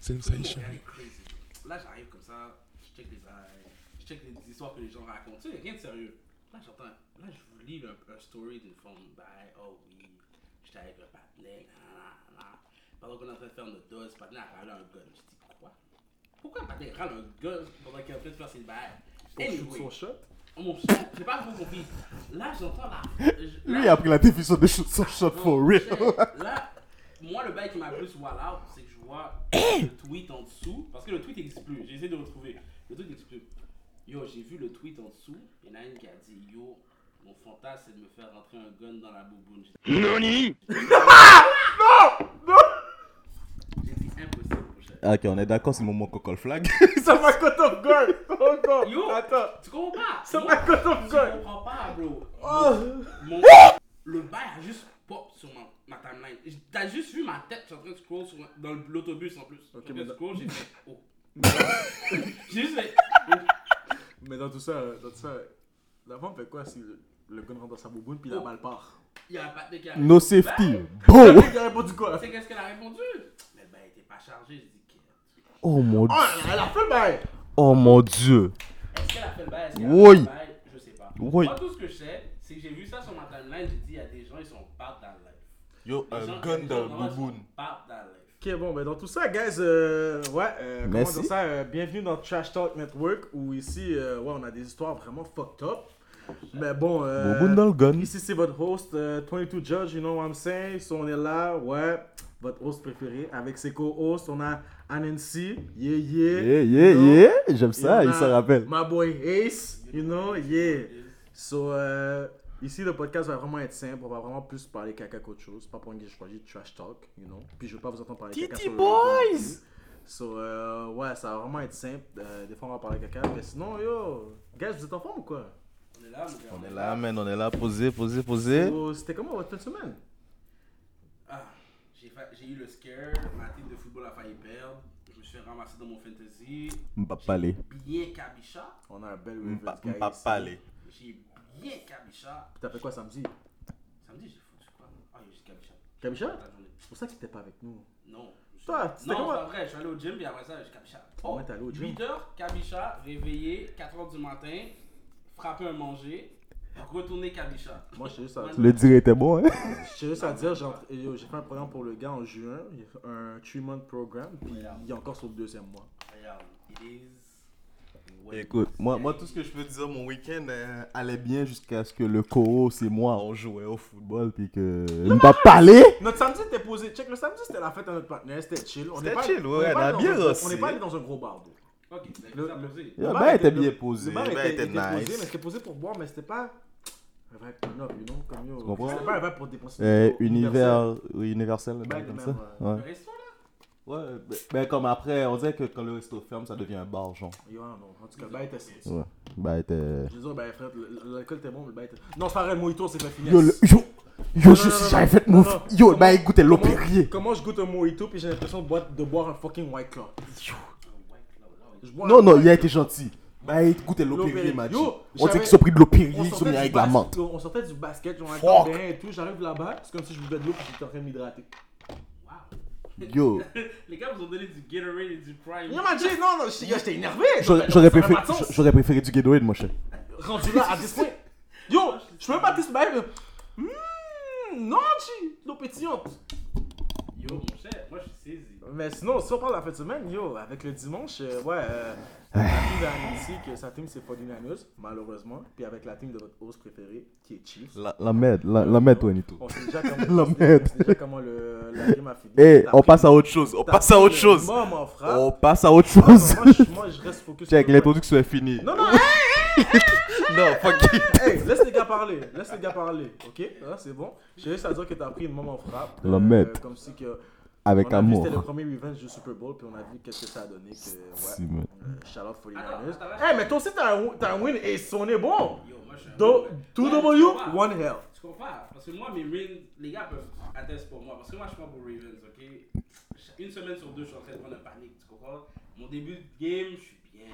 Sensation. Là, j'arrive comme ça, je check les bails, je check les histoires que les gens racontent. Tu sais, rien de sérieux. Là, j'entends, là, je vous lis un, un story d'une femme. Ben, oh oui, j'étais avec un patinet, nanana. Pendant qu'on est en train de faire notre dose, ce patinet a râlé un gun. Je dis, quoi Pourquoi un patinet râle un gun pendant qu'il est en train de faire ses bails Pour shoot Anyway, son shot. oh, mon shit, j'ai pas trop compris. Là, j'entends la. je- Lui là- il a pris la définition de shoot son shot for Shit. real. Là, moi, le bail qui m'a plus wall out, c'est que je vois le tweet en dessous. Parce que le tweet n'existe plus. J'ai essayé de le retrouver. Le tweet n'existe plus. Yo, j'ai vu le tweet en dessous. Il y en a une qui a dit Yo, mon fantasme, c'est de me faire rentrer un gun dans la bouboune. J'ai dit, J'ai dit impossible, mon cher. Ah, ok, on est d'accord, c'est mon moment coco flag. Ça m'a cut off guard. Encore. Yo. Attends. Tu comprends pas Ça Moi, m'a cut off Je guard. comprends pas, bro. Oh. Mon- le bail a juste pop sur ma, ma timeline. J- T'as juste vu ma tête, je suis en train de scroll sur, dans le- l'autobus en plus. Ok, Je mais- scroll, j'ai fait oh. j'ai juste fait Mais dans tout ça, euh, dans tout ça, la femme fait quoi si le, le gun rentre dans sa bouboune puis la Oh. balle part Il y a un patin qui a No safety. Le Bro! mec, il a répondu quoi Tu sais qu'est-ce qu'elle a répondu Mais ben, il était pas chargé. Je dis que- Oh mon dieu. Oh, elle a fait le bail Oh mon dieu. Est-ce qu'elle a fait le bail Est-ce qu'elle a Oui. fait le bail Je sais pas. Oui. Moi, tout ce que je sais, c'est que j'ai vu ça sur ma timeline. J'ai dit, il y a des gens, ils sont pas dans le life. Yo, Les gens- les gens, vraiment, ils sont Pas dans le life. Ok, bon, ben dans tout ça, guys, euh, ouais, euh, comment Merci. dire ça, euh, bienvenue dans Trash Talk Network, où ici, euh, ouais, on a des histoires vraiment fucked up. Mais bon, euh, Bouboune dans le gun. ici c'est votre host, euh, 22 Judge, you know what I'm saying, so on est là, ouais, votre host préféré, avec ses co-hosts, on a Anansi, yeah, yeah. Yeah, yeah, you know. yeah. J'aime Et ça, on il a se rappelle. My boy Ace, you know, yeah. So, euh, ici, le podcast va vraiment être simple. On va vraiment plus parler caca qu'autre chose. Pas pour une guise, je crois, je dis trash talk, you know. Puis je veux pas vous entendre parler caca. Titi sur le- boys! So, euh, ouais, ça va vraiment être simple. Euh, des fois, on va parler caca. Mais sinon, yo, guys, vous êtes en forme ou quoi? On est là, mon gars. On est là, man, on est là, posé, posé, posé. So, C'était comment votre fin de semaine? Ah, j'ai fa- j'ai eu le scare. Ma team de football a failli perdre. Je me suis ramassé dans mon fantasy. M'papa les. Bien cabicha. On a un bel reverse, guys. M'papa les. J'ai bien cabicha. T'as fait quoi samedi? Samedi, j'ai foutu quoi Ah, j'ai juste cabicha. Cabicha? La journée. C'est pour ça que t'étais pas avec nous. Non. je- Toi, c'était Non, comment- c'est pas vrai, je suis allé au gym, puis après ça, j'ai Kabisha. Ouais, t'es allé au gym. 8h, Kabisha, réveillé, 4h du matin, frappé un manger, retourné Kabisha. Moi, je suis juste à Le dire était bon, hein? Je tiens juste à dire, j'ai entre- et yo, j'ai fait un programme pour le gars en juin, il a fait un 3-month programme, puis il est encore sur le deuxième mois. Regarde, it is. what Écoute, it moi, is. moi, tout ce que je peux dire, mon week-end euh, allait bien jusqu'à ce que le co c'est moi, on jouait au football, puis que. Il m'a parlé! Notre samedi était posé, check, le samedi c'était la fête à notre partenaire, c'était chill. On C'était est pas- chill, ouais, on est on pas a allé bien dans un- On rossé. n'est pas allé dans un gros bar. bro. Ok, vous avez Le- ça le- posé. Le bar bain était le- bien posé, bar le bain était posé, nice. mais c'était posé pour boire, mais c'était pas un vrai turn-up, you know, comme yo. Tu comprends? C'était pas un vrai pour dépenser. Euh, pour- univers, oui, universel, Bail comme de ça. même, Ben, Ouais. Le resto là Ouais, ben, ben, comme après, on dirait que quand le resto ferme, ça devient un bar, genre. Yo, ah non, en tout cas, le bail était sick. Ouais. Bah, était. Je disais, ben frère, le- le- l'alcool était bon, mais le bail était. Non, c'est pas vrai, le mojito, c'est la finesse. Yo, le- yo, yo, Non, je non, sais, non, j'avais non. fait Non, move. non. Yo, bah écoutez, Comment- l'opérier. Comment je goûte un mojito puis j'ai l'impression de boire, de boire un fucking white claw. Oh, ouais, là, là, ouais. Je bois un Non, non, White il a Claw. été gentil. Bah écoutez, l'opérier, L'opérier. m'a dit. Yo, On dirait j'avais- qu'ils sont pris de l'opérier, On ils sont sortait mis du avec la bas- menthe. On sortait du basket, j'en Fuck. avais rien et tout, j'arrive là-bas, c'est comme si je buvais de l'eau puis j'étais en train de m'hydrater. Wow. Yo, Les gars vous ont donné du Gatorade et du Prime. Yo, m'a dit, non, non, j'étais- yo, j'étais énervé. j'aurais Ça j'aurais fait préféré, pas de sens. j'aurais préféré du Gatorade, mon cher. Rendu là à 10 points. Yo, je peux même pas tester bail, mais. Hum, non, chi, l'eau pétillante. Yo, mon cher, moi je suis saisi. Mais sinon, si on parle de la fin de semaine, yo, avec le dimanche, euh, ouais, euh, la team d'Annecy, que sa team c'est 49ers, malheureusement, puis avec la team de votre host préféré, qui est Chiefs. La, la merde, la, la merde, Juanito. On sait déjà comment, La on sait- merde. on sait déjà comment le, la game a fini. Eh, T'as on pris- passe à autre chose, on t'as passe à pris autre le chose. moment, frère. On passe à autre Non, non, chose. moi, je, moi, je reste focus. Check, sur- l'introduction est finie. Non, non, hey, Non, fuck it. hey, laisse les gars parler. Laisse les gars parler, ok Hein, C'est bon. J'ai juste à dire que t'as pris une moment frappe. La merde. Comme si que. Avec on a vu, amour. C'était le premier revenge du Super Bowl, puis on a vu qu'est-ce que ça a donné. Que, Si, ouais. man. Euh, shout out 49ers. Attends, attends, hey, mais toi aussi, t'as un, win- t'as un win et son est bon. Yo, moi je suis un Do, Ouais, two je W, comprends. one hell. Tu comprends? Parce que moi, mes wins, les gars peuvent attester pour moi. Parce que moi, je suis pas pour Ravens, ok? Une semaine sur deux, je suis en train de prendre un panique, tu comprends? Mon début de game, je suis bien.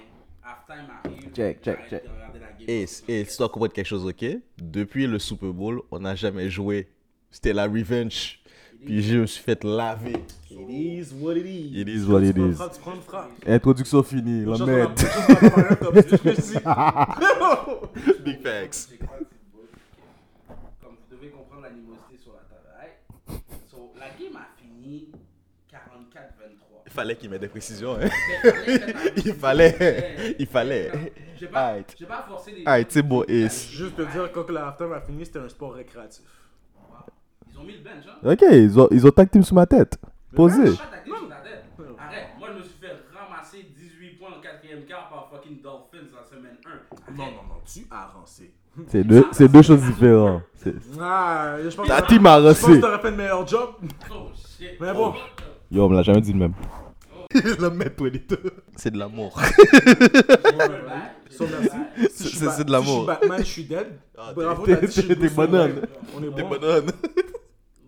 Halftime arrive. Check, check, j'arrête check. de regarder la game. Et, et si tu dois comprendre quelque chose, ok Depuis le Super Bowl, on n'a jamais joué. C'était la revenge. Il Puis je me suis fait laver. It is what it is. It is what it Tu prends is. le frappe, tu prends le frappe. Introduction finie, la Genre, merde. on va- on va faire un top, c'est ce que je dis. Big facts. J'ai pas de football. Comme vous devez comprendre l'animosité sur la table. right? So, la game a fini 44-23. Il fallait qu'il mette des précisions, hein. Il Il fallait. Il fallait. J'ai pas, Aight. j'ai pas forcé les. Aight, c'est beau, Ace. Juste te dire, quand la after a fini, c'était un sport récréatif. Ils ont mis le bench, hein? Ok, ils ont, ils ont tag team sous ma tête. Posé. Arrête, t'as glissé ta tête. Arrête, moi je me suis fait ramasser 18 points en quatrième quart par fucking Dolphins la semaine 1. Arrête. Non, non, non, tu as avancé. C'est deux, c'est deux choses différentes. C'est- Ah, je pense La que- team a Je pense que rassé. t'aurais fait le meilleur job. Oh shit. Oh, Mais bon. Yo, on me l'a jamais dit le même. le même C'est de l'amour. So, euh, merci. Si je suis C'est- c'est de Bat- l'amour. Si je suis Batman, je suis dead. Ah, t'es- Bravo, t'es- t'as dit, je suis t'es- t'es Bruce Wayne. banane. On est Des bon. bonhommes.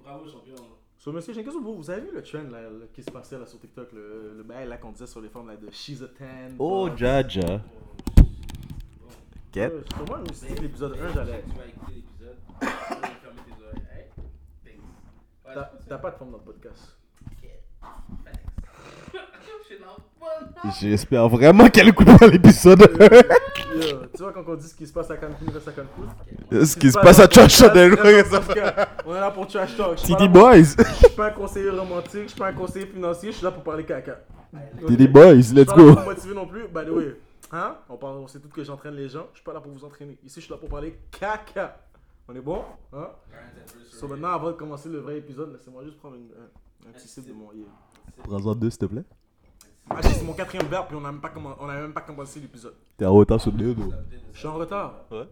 Bravo champion. So, monsieur Jenkins, vous, vous avez vu le trend là, là, qui se passait là, sur TikTok, le, le bail là qu'on disait sur les formes là, de She's a 10. Oh, bah, Jaja. euh, Quête. sur Euh, moi, je me suis dit, l'épisode 1, j'allais. Tu vas écouter l'épisode. Tu vas fermer tes oreilles. Hey, thanks. Ouais, T'as c'est t'as pas pas de forme dans le podcast. ça. Ok, thanks. Je suis dans le bon. J'espère vraiment qu'elle écoute pas l'épisode. Yo, tu vois, quand on dit ce qui se passe à Cancun, reste à Cancun. Ce qui se passe à Trash Channel. On est là pour trash talk. Je suis pas TD là pour- Boys. je suis pas un conseiller romantique, je suis pas un conseiller financier, je suis là pour parler caca. TD Boys, Je suis let's pas là go. pour motiver non plus. By the way, hein? On, parle, on sait tous que j'entraîne les gens. Je suis pas là pour vous entraîner. Ici, je suis là pour parler caca. On est bon? Hein? So maintenant, avant de commencer le vrai épisode, laissez-moi juste prendre une, un, un petit sip de mon yeah. Prends-en deux, s'il te plaît. Ah, c'est mon quatrième verre, puis on a même pas, commen- on a même pas commencé l'épisode. T'es en retard sur le dos. Je suis en retard. Ouais.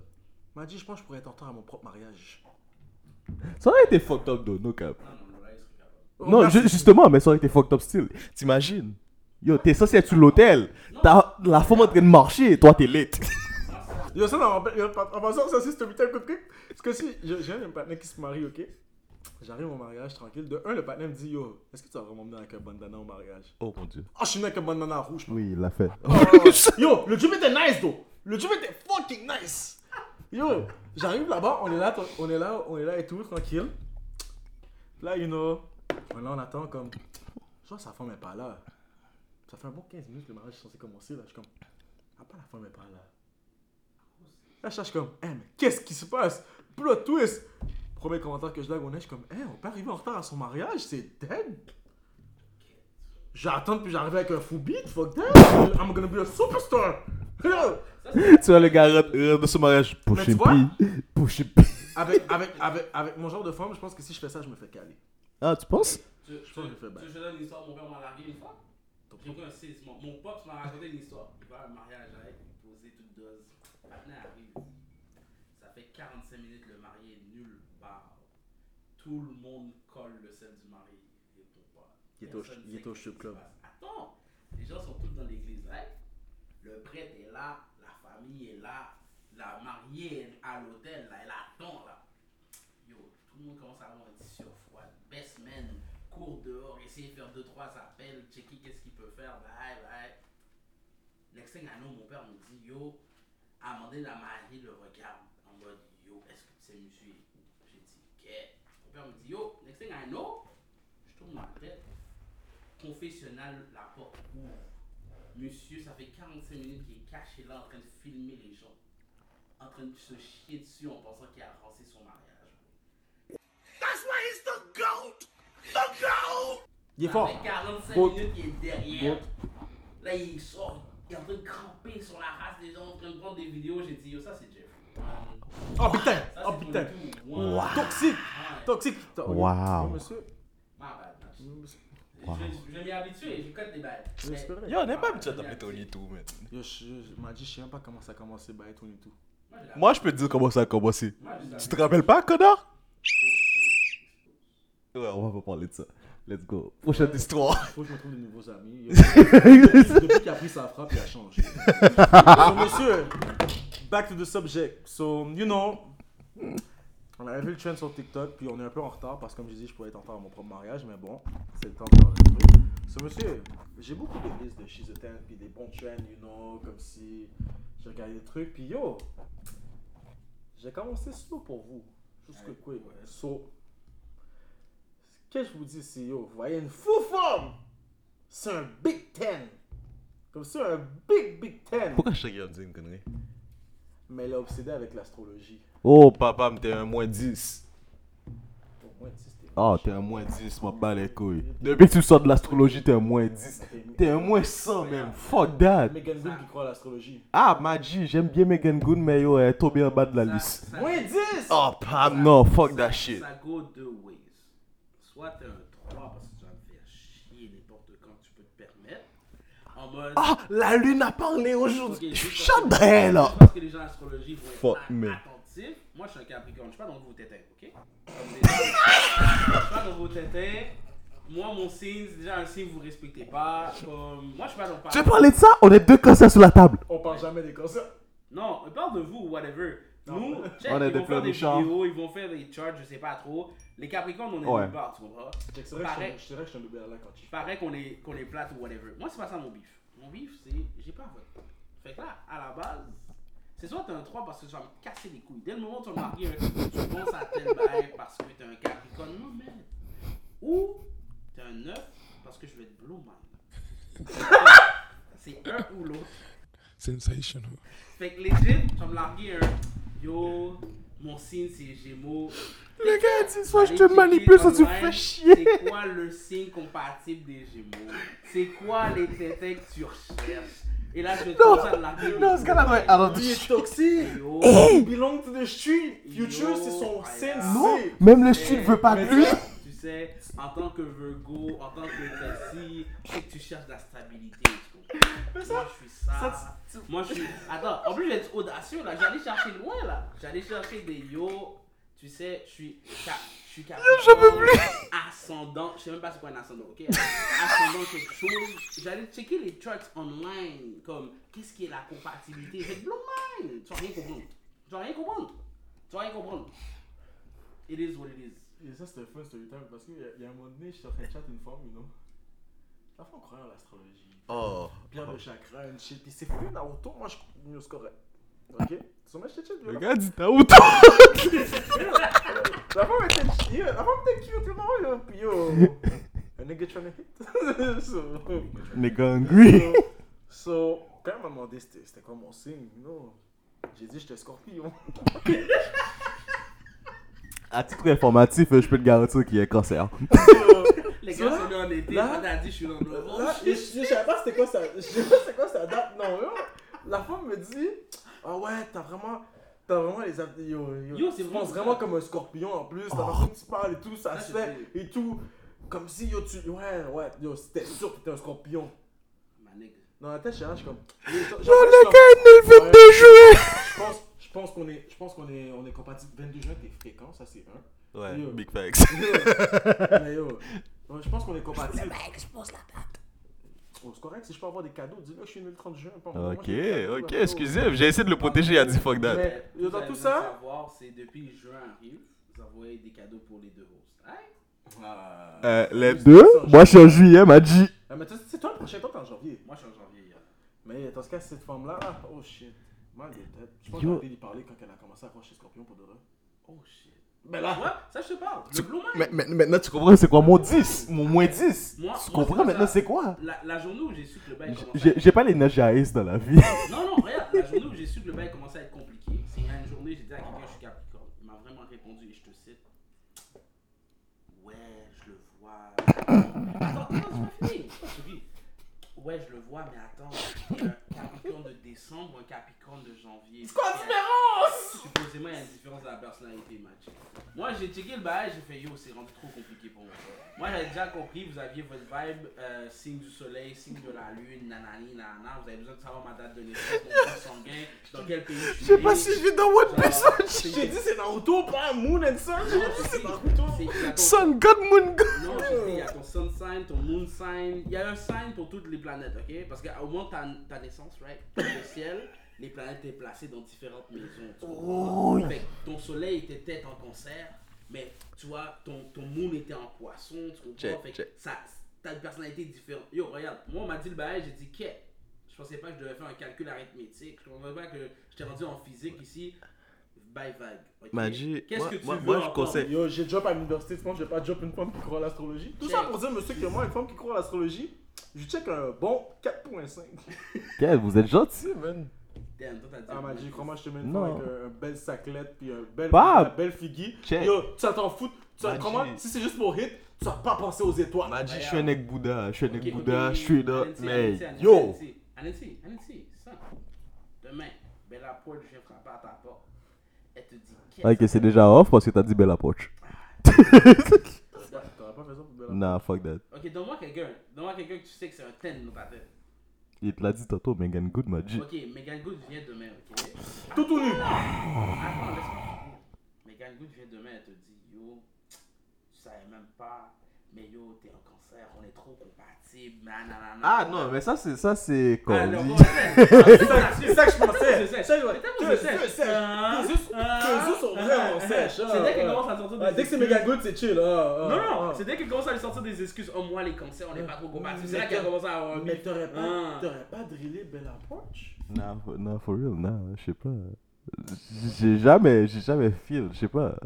M'a dit, je pense que je pourrais être en retard à mon propre mariage. Ça aurait été fucked up, though, no cap. Oh, Non, merci. ju- justement, mais ça aurait été fucked up still. T'imagines? Yo, t'es censé être sur l'hôtel. T'as la femme en train de marcher. Toi, t'es late. Yo, ça, ça me rappelle- yo, en passant, ça, c'est ce putain de truc. Parce que si, je- j'ai un partenaire qui se marie, ok? J'arrive au mariage tranquille. De un, le partenaire me dit, yo, est-ce que tu vas vraiment venir avec un bandana au mariage? Oh mon dieu. Ah, je suis venu avec un bandana rouge. Oui, il l'a fait. Oh, oh. Yo, le tube était nice, though. Le tube était fucking nice. Yo, j'arrive là-bas, on est là, on est là, on est là et tout, tranquille. Là, you know, là, on attend comme. Genre, sa femme est pas là. Ça fait un bon 15 minutes que le mariage est censé commencer, là. Je suis comme. Ah, pas la femme est pas là. Là, je cherche comme. Eh, mais qu'est-ce qui se passe? Plot twist! Premier commentaire que je lag, on est, je suis comme. Eh, on peut arriver en retard à son mariage, c'est dead! J'attends puis j'arrive avec un fou beat, fuck that! I'm gonna be a superstar! Yo! tu vois le gars rentre- rentre de ce mariage. Mais Push tu him vois? pee. Push him pee. avec, avec, avec, avec mon genre de femme, je pense que si je fais ça, je me fais caler. Ah, tu penses? Tu veux que pense que je fais je te donne une histoire? Mon père m'a largué une fois. J'ai pris un six. Mon, mon pote m'a raconté une histoire. Il va à un mariage avec, il posait toute dose. Maintenant, arrive. Ça fait 45 minutes, le marié est nulle part. Tout le monde colle le sel du marié. Il est au bar. Il est au- Personne il est sait au qu'est-ce strip qui club. se passe. Attends, les gens sont tous dans l'église. hein. Le prêtre est là, la famille est là, la mariée est à l'hôtel, là, elle attend là. Yo, tout le monde commence à avoir une sur froide. Best man, cours dehors, essayer de faire 2-3 appels, checker qu'est-ce qu'il peut faire. Bye, bye. Next thing I know, mon père me dit Yo, Amandine la mariée le regarde en mode Yo, est-ce que tu sais me suivre J'ai dit Ok. Mon père me dit Yo, next thing I know, je tourne ma tête. Confessionnal, la porte ouvre. Monsieur, ça fait 45 minutes qu'il est caché là en train de filmer les gens. En train de se chier dessus en pensant qu'il a rancé son mariage. Il est fort. Avec 45 Faut- minutes, il est derrière. Là, il sort, il est en train de camper sur la race des gens, en train de prendre des vidéos. J'ai dit, yo, ça c'est Jeff. Oh putain, Ah, Ça, oh c'est putain. Wow. Wow. Toxique, toxique. Wow. Oh, Monsieur, Ma bad, ma bad. monsieur. Je, je m'y habitué, je code des balles. J'espère. Mais- Yo, on n'est pas habitué à t'appeler Tony tout, man. Yo, je, je m'a dit, je sais même pas comment ça a commencé, bah, et tout et tout. Moi, je l'ai- Moi, je peux te dire comment ça a commencé. moi, je l'ai- Tu te rappelles pas, connard? Ouais, on va pas parler de ça. Let's go. Prochaine histoire. Faut que je me trouve de nouveaux amis. Yo, Depuis qu'il a pris sa frappe, il a changé. so, monsieur, back to the subject. So, you know, on avait vu le trend sur TikTok, puis on est un peu en retard parce que, comme je dis, je pourrais être en retard à mon propre mariage, mais bon, c'est le temps de faire So, monsieur, j'ai beaucoup de listes de shizotaines, puis des bons trends, you know, comme si j'ai regardé des trucs, puis yo, j'ai commencé slow pour vous. Jusque quoi? So, Qu'est-ce que je vous dis ici, yo? Vous voyez une fou forme! C'est un Big Ten! Comme c'est un Big Big Ten! Pourquoi je regarde dire une connerie Mais elle est obsédée avec l'astrologie. Oh, papa, mais t'es un moins 10. Au moins, tu sais, c'était- Ah, t'es un moins 10, ma bats les couilles. Depuis que tu sors de l'astrologie, t'es un moins 10. T'es un moins 100 même. Fuck that. Megan Good qui croit à l'astrologie. Ah, Maji, j'aime bien Megan Good, mais yo, elle est tombée en bas de la liste. Ça- Moins 10! Oh, Pam, non, fuck that ça- shit. Ça go deux ways. Soit t'es un 3 parce que tu vas te faire chier n'importe quand tu peux te permettre. En mode. Ah, la lune a parlé Ok, aujourd'hui. je Je suis sais pas. chandré, là. Je pense que les gens astrologiques vont Fuck être me. attentifs. Moi, je suis un Capricorne, je suis pas dans vos tétins, ok? Comme des- Je suis pas dans vos tétins. Moi, mon signe, c'est déjà un signe que vous respectez pas. Comme... Moi, je suis pas dans Tu veux parler de ça On est deux cancers sur la table. On parle jamais des cancers. Non, on parle de vous ou whatever. Nous, check, On est ils des vont faire des pleurnichards. vidéos, ils vont faire des charts, je sais pas trop. Les Capricornes, on est Ouais. nulle part, tu comprends? C'est vrai que je suis- Pareil. c'est vrai que je suis un bébé à la quand tu Il paraît qu'on est, qu'on est plate ou whatever. Moi, c'est pas ça mon bif. Mon bif, c'est j'ai pas voté. Fait que là, à la base, c'est soit t'es un 3 parce que tu vas me casser les couilles. Dès le moment où tu vas marquer un tu penses à tel bail parce que t'es un capricorne. Non, man. Ou t'es un 9 parce que je vais être blue man. C'est un ou l'autre. Sensational. Fait que legit, tu vas me larguer un yo, mon signe c'est Gémeaux. Le gars, dis soit je te Allez, manipule, soit checker tu me fais online, chier. C'est quoi le signe compatible des Gémeaux C'est quoi les tétés que tu recherches Et là, je vais te Non, faire la non, ce gars-là doit être out of the Il est shit. toxique! Yo. He belong to the street! Yo, Future, c'est son I sense! am. Non, même le chien ne veut pas de lui. Tu sais, en tant que Virgo, en tant que Tessie, je sais que tu cherches de la stabilité. tu comprends? Moi, je suis ça. ça, tu- Moi, je suis. Attends, en plus, je vais être audacieux là. J'allais chercher loin là. J'allais chercher des yo. Tu sais, je suis. cap- Je suis Je peux plus. Ascendant. Je sais même pas c'est quoi un ascendant, ok? Ascendant quelque chose. J'allais checker les charts online. Comme, qu'est-ce qui est la compatibilité? Je vais être blown mind. Tu vas rien comprendre. Tu vas rien comprendre. Tu vas rien comprendre. It is what it is. Et ça, c'était fun, story time, parce qu'il y, a un moment donné, j'étais en train de chatter une forme, you know. La femme croyait en l'astrologie. Oh. Pierre de chakra, une shit. Puis c'est fou, Naruto, moi, je mieux scorerais. Ok? Son match était chill, Le là. gars dit t'as autant. La femme était chill, la femme était cute, you know, yo. Puis yo. Un nigga trying to hit. so, Nigga hungry. so, so, quand elle m'a demandé c'était c'était quoi mon signe, you know, j'ai dit j'étais scorpion. À titre informatif, euh, je peux te garantir qu'il est cancer. Les Tu gars, vois? c'est là en été. Là- Quand t'as dit, je suis dans le blanc. Euh, Là, je, je, je savais pas c'était quoi ça. Je savais pas c'était quoi sa date. Non, yo, la femme me dit Ah ouais, t'as vraiment. T'as vraiment les. ab- Yo, yo, Yo, c'est tu vraiment penses bizarre. vraiment comme un scorpion en plus. T'as l'impression que tu parles et tout, ça Ça, se je fait et tout. Comme si yo, tu. Ouais, ouais, yo, c'était sûr que t'étais un scorpion. Ma nigga. Dans la tête, je suis là, je suis comme. Yo, le Le 22 juillet. Je pense, je pense qu'on est, je pense qu'on est, on est compatible. 22 juin, t'es fréquent, ça c'est un. Ouais, Yo. big facts. Mais yo, ouais, je pense qu'on est compatible. Je pose la bague, je pose la bague. c'est correct, si je peux avoir des cadeaux, dis-le, je suis né le 30 juin. pas moi. Moi, Ok, j'ai des cadeaux, ok, là, yo. excusez, j'ai essayé de le protéger, il a dit fuck that. Mais yo, dans Vous tout allez ça. savoir, c'est depuis juin arrive, vous envoyez des cadeaux pour les deux hosts. Right? Ah, Euh, les deux, moi je suis en juillet, m'a dit. mais tu sais, c'est toi le prochain temps, t'es en janvier. Moi, je suis en janvier. Là. Mais dans ce cas, cette femme-là, ah, oh shit. Mal de tête. Je pense Yo. qu'on a lui parler quand elle a commencé à croire chez Scorpion pour de vrai. Oh shit. Mais là, Ouais, ça, je te parle. Le Blue Mind. Mais- mais- Maintenant, tu comprends c'est quoi mon 10, mon moins 10. Moi- Tu moi, c'est comprends comme maintenant ça. c'est quoi La, la journée où j'ai su que le bail commençait. J'ai j'ai pas les neiges à ace dans la vie. à- Non, non, regarde, la journée où j'ai su que le bail commençait à être compliqué, c'est il y a une journée, j'ai dit à quelqu'un, je suis Capricorne. Il m'a vraiment répondu et je te cite. Ouais, je le vois. Attends, non, c'est pas fini. c'est pas fini. Ouais, je le vois, mais attends, il y a un Capricorne de décembre, un Capricorne de janvier. C'est quoi la différence Supposément, il y a une différence dans la personnalité, match. Moi, j'ai checké le bail, j'ai fait yo, c'est rendu trop compliqué pour moi. Moi, j'avais déjà compris, vous aviez votre vibe, euh, signe du soleil, signe de la lune, nanani, nanana. Vous avez besoin de savoir ma date de naissance, mon signe sanguin, dans quel pays je suis. né. vais dans One Genre, c'est- j'ai dit c'est Naruto, pas Moon and Sun. J'ai Non, dit c'est- c'est Naruto. c'est- attends, Sun God Moon God. non, je dis, il y a ton sun sign, ton moon sign. Il y a un sign pour toutes les planètes, ok? Parce qu'au moment de ta, ta naissance, right? Dans le ciel, les planètes étaient placées dans différentes maisons. tu comprends? Fait que ton soleil était peut-être en cancer, mais tu vois, ton, ton moon était en poisson, tu comprends? Check, fait que check. ça, t'as une personnalité différente. Yo, regarde, moi, on m'a dit le bail, j'ai dit, qu'est? Je pensais pas que je devais faire un calcul arithmétique. Je ne pas que j'étais rendu en physique ici. by vague. ok? Magie, Qu'est-ce moi, que tu moi, veux moi, je encore? conseille. Yo, j'ai job à l'université, tu penses que j'ai pas job une femme qui croit à l'astrologie Tout ça Check. pour dire, monsieur, que moi, une femme qui croit à l'astrologie, je check un bon 4.5. Quel, vous êtes gentil, man. Damn, toi, t'as dit- Ah, ma G, comment je te mets une Non. femme avec un, un bel saclette, puis un bel, Pap. un bel figui Check. Yo, tu vas t'en foutre. Tu vas- Ma G. comment, si c'est juste pour hit, tu vas pas penser aux étoiles. Magie, je suis un ex Bouddha, je suis un Ok, ex ok, Bouddha, ok, je suis là, Anansi, mais Anansi, Anansi, yo, Anansi, Anansi, Anansi, ça. Demain, Bella Poule vient frapper à ta porte. Elle te dit qu'est-ce ok, c'est déjà off parce que t'as dit Bella Poche. T'aurais pas fait ça pour Bella Nah, fuck that. Ok, donne-moi quelqu'un. Donne-moi quelqu'un que tu sais que c'est un 10 dans ta tête. Il te l'a dit tantôt, Megan Good, Magie. Ok, Megan Good vient demain, ok? Tout tout nu. Attends, laisse-moi finir. Megan Good vient demain, elle te dit Yo, tu savais même pas, mais yo, t'es un cancer, on est trop compatibles. nanana. Ah non, mais ça, c'est ça, c'est Ah, qu'on le dit. conseil. C'est ça que je pensais. C'est Ça, tellement ouais. Que que Zeus c'est sèche. sèche. Hein? Que Zeus- que Zeus sont vraiment sèches, hein. C'est dès qu'elle commence à sortir des Ouais, Dès que c'est méga good, c'est chill. ah, ah, Non, non, ah. c'est dès qu'elle commence à lui sortir des excuses. Oh, moi, les cancers, on n'est pas trop compatibles. C'est Mais là qu'elle t'as- commence à avoir un Mais bif. t'aurais Ah. pas, t'aurais pas drillé Bella Porch Nah, for- nah, for real, nah, je sais pas. J'ai jamais, j'ai jamais feel, je sais pas.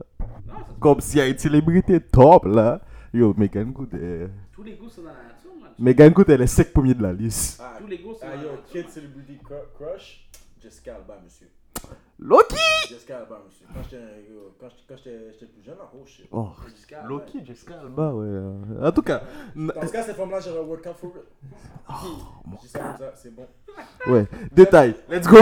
Non, ça se- Comme s'il y a une célébrité top là. Yo, Megan Good, euh, tous les goûts sont dans la nature, man. Megan Good, elle est sec premier de la liste. Ah, Tous les goûts sont dans ah la yo, nature. Kid man. Celebrity Cru- Crush, Jessica Alba, monsieur. Loki! Jessica Alba, monsieur. Quand j'étais yo, quand j'étais- quand j'étais- j'étais plus jeune, là, oh shit. Oh, Jessica, ouais. Loki, Jessica Alba, ouais. euh, En tout cas, n- Dans ce cas, cette femme-là, j'aurais workout for real. Juste comme ça, c'est bon. ouais, détail, let's go!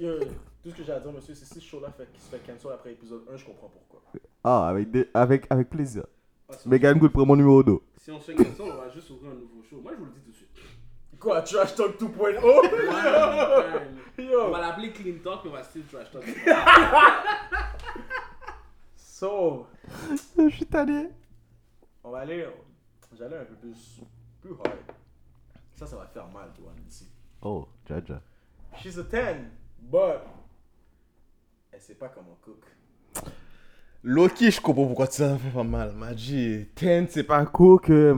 Yo, Tout ce que j'ai à dire, monsieur, c'est si ce show-là fait- se fait cancel après épisode 1, je comprends pourquoi. Ah, avec, des- avec, avec plaisir. Ah, si on- Megan Good, prends mon numéro 2. Si on se fait comme ça, on va juste ouvrir un nouveau show. Moi, je vous le dis tout de suite. Quoi, Trash Talk 2.0 On Yo va l'appeler Clean Talk, mais on va still trash talk. So, Je suis tanné. on va aller. J'allais un peu plus. plus hard. Ça, ça va faire mal, toi, Nancy. Oh, Jaja. She's a 10, but. Elle sait pas comment cook. Loki, je comprends pourquoi ça fait pas mal. Magie, Ten, c'est pas cool que.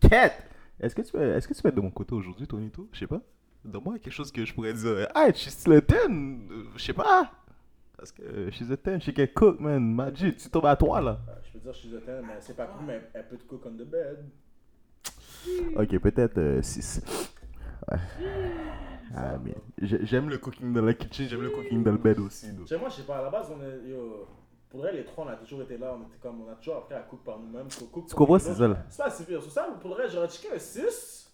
Quête! Est-ce que tu peux, est-ce que tu peux être de mon côté aujourd'hui, Tony tout Je sais pas. Donne-moi quelque chose que je pourrais dire. euh, Ah, she's still a Ten! euh, Je sais pas! Parce que euh, she's a Ten, she can cook, man. Magie, tu tombes à toi là. Euh, je peux dire she's a 10, mais elle sait pas cook, mais elle- elle peut te cook on the bed. Ok, peut-être 6. Ah, mais j'ai- j'aime le cooking dans la kitchen, j'aime le cooking dans le bed aussi. donc. Chez moi, je sais pas, à la base, on est. Yo, pour vrai, les trois, on a toujours été là, on était comme. On a toujours appris à cook par nous-mêmes. qu'on cook Tu par comprends, les c'est autres. ça là? C'est pas si pire. Sur ça, pour vrai, j'aurais checké un 6,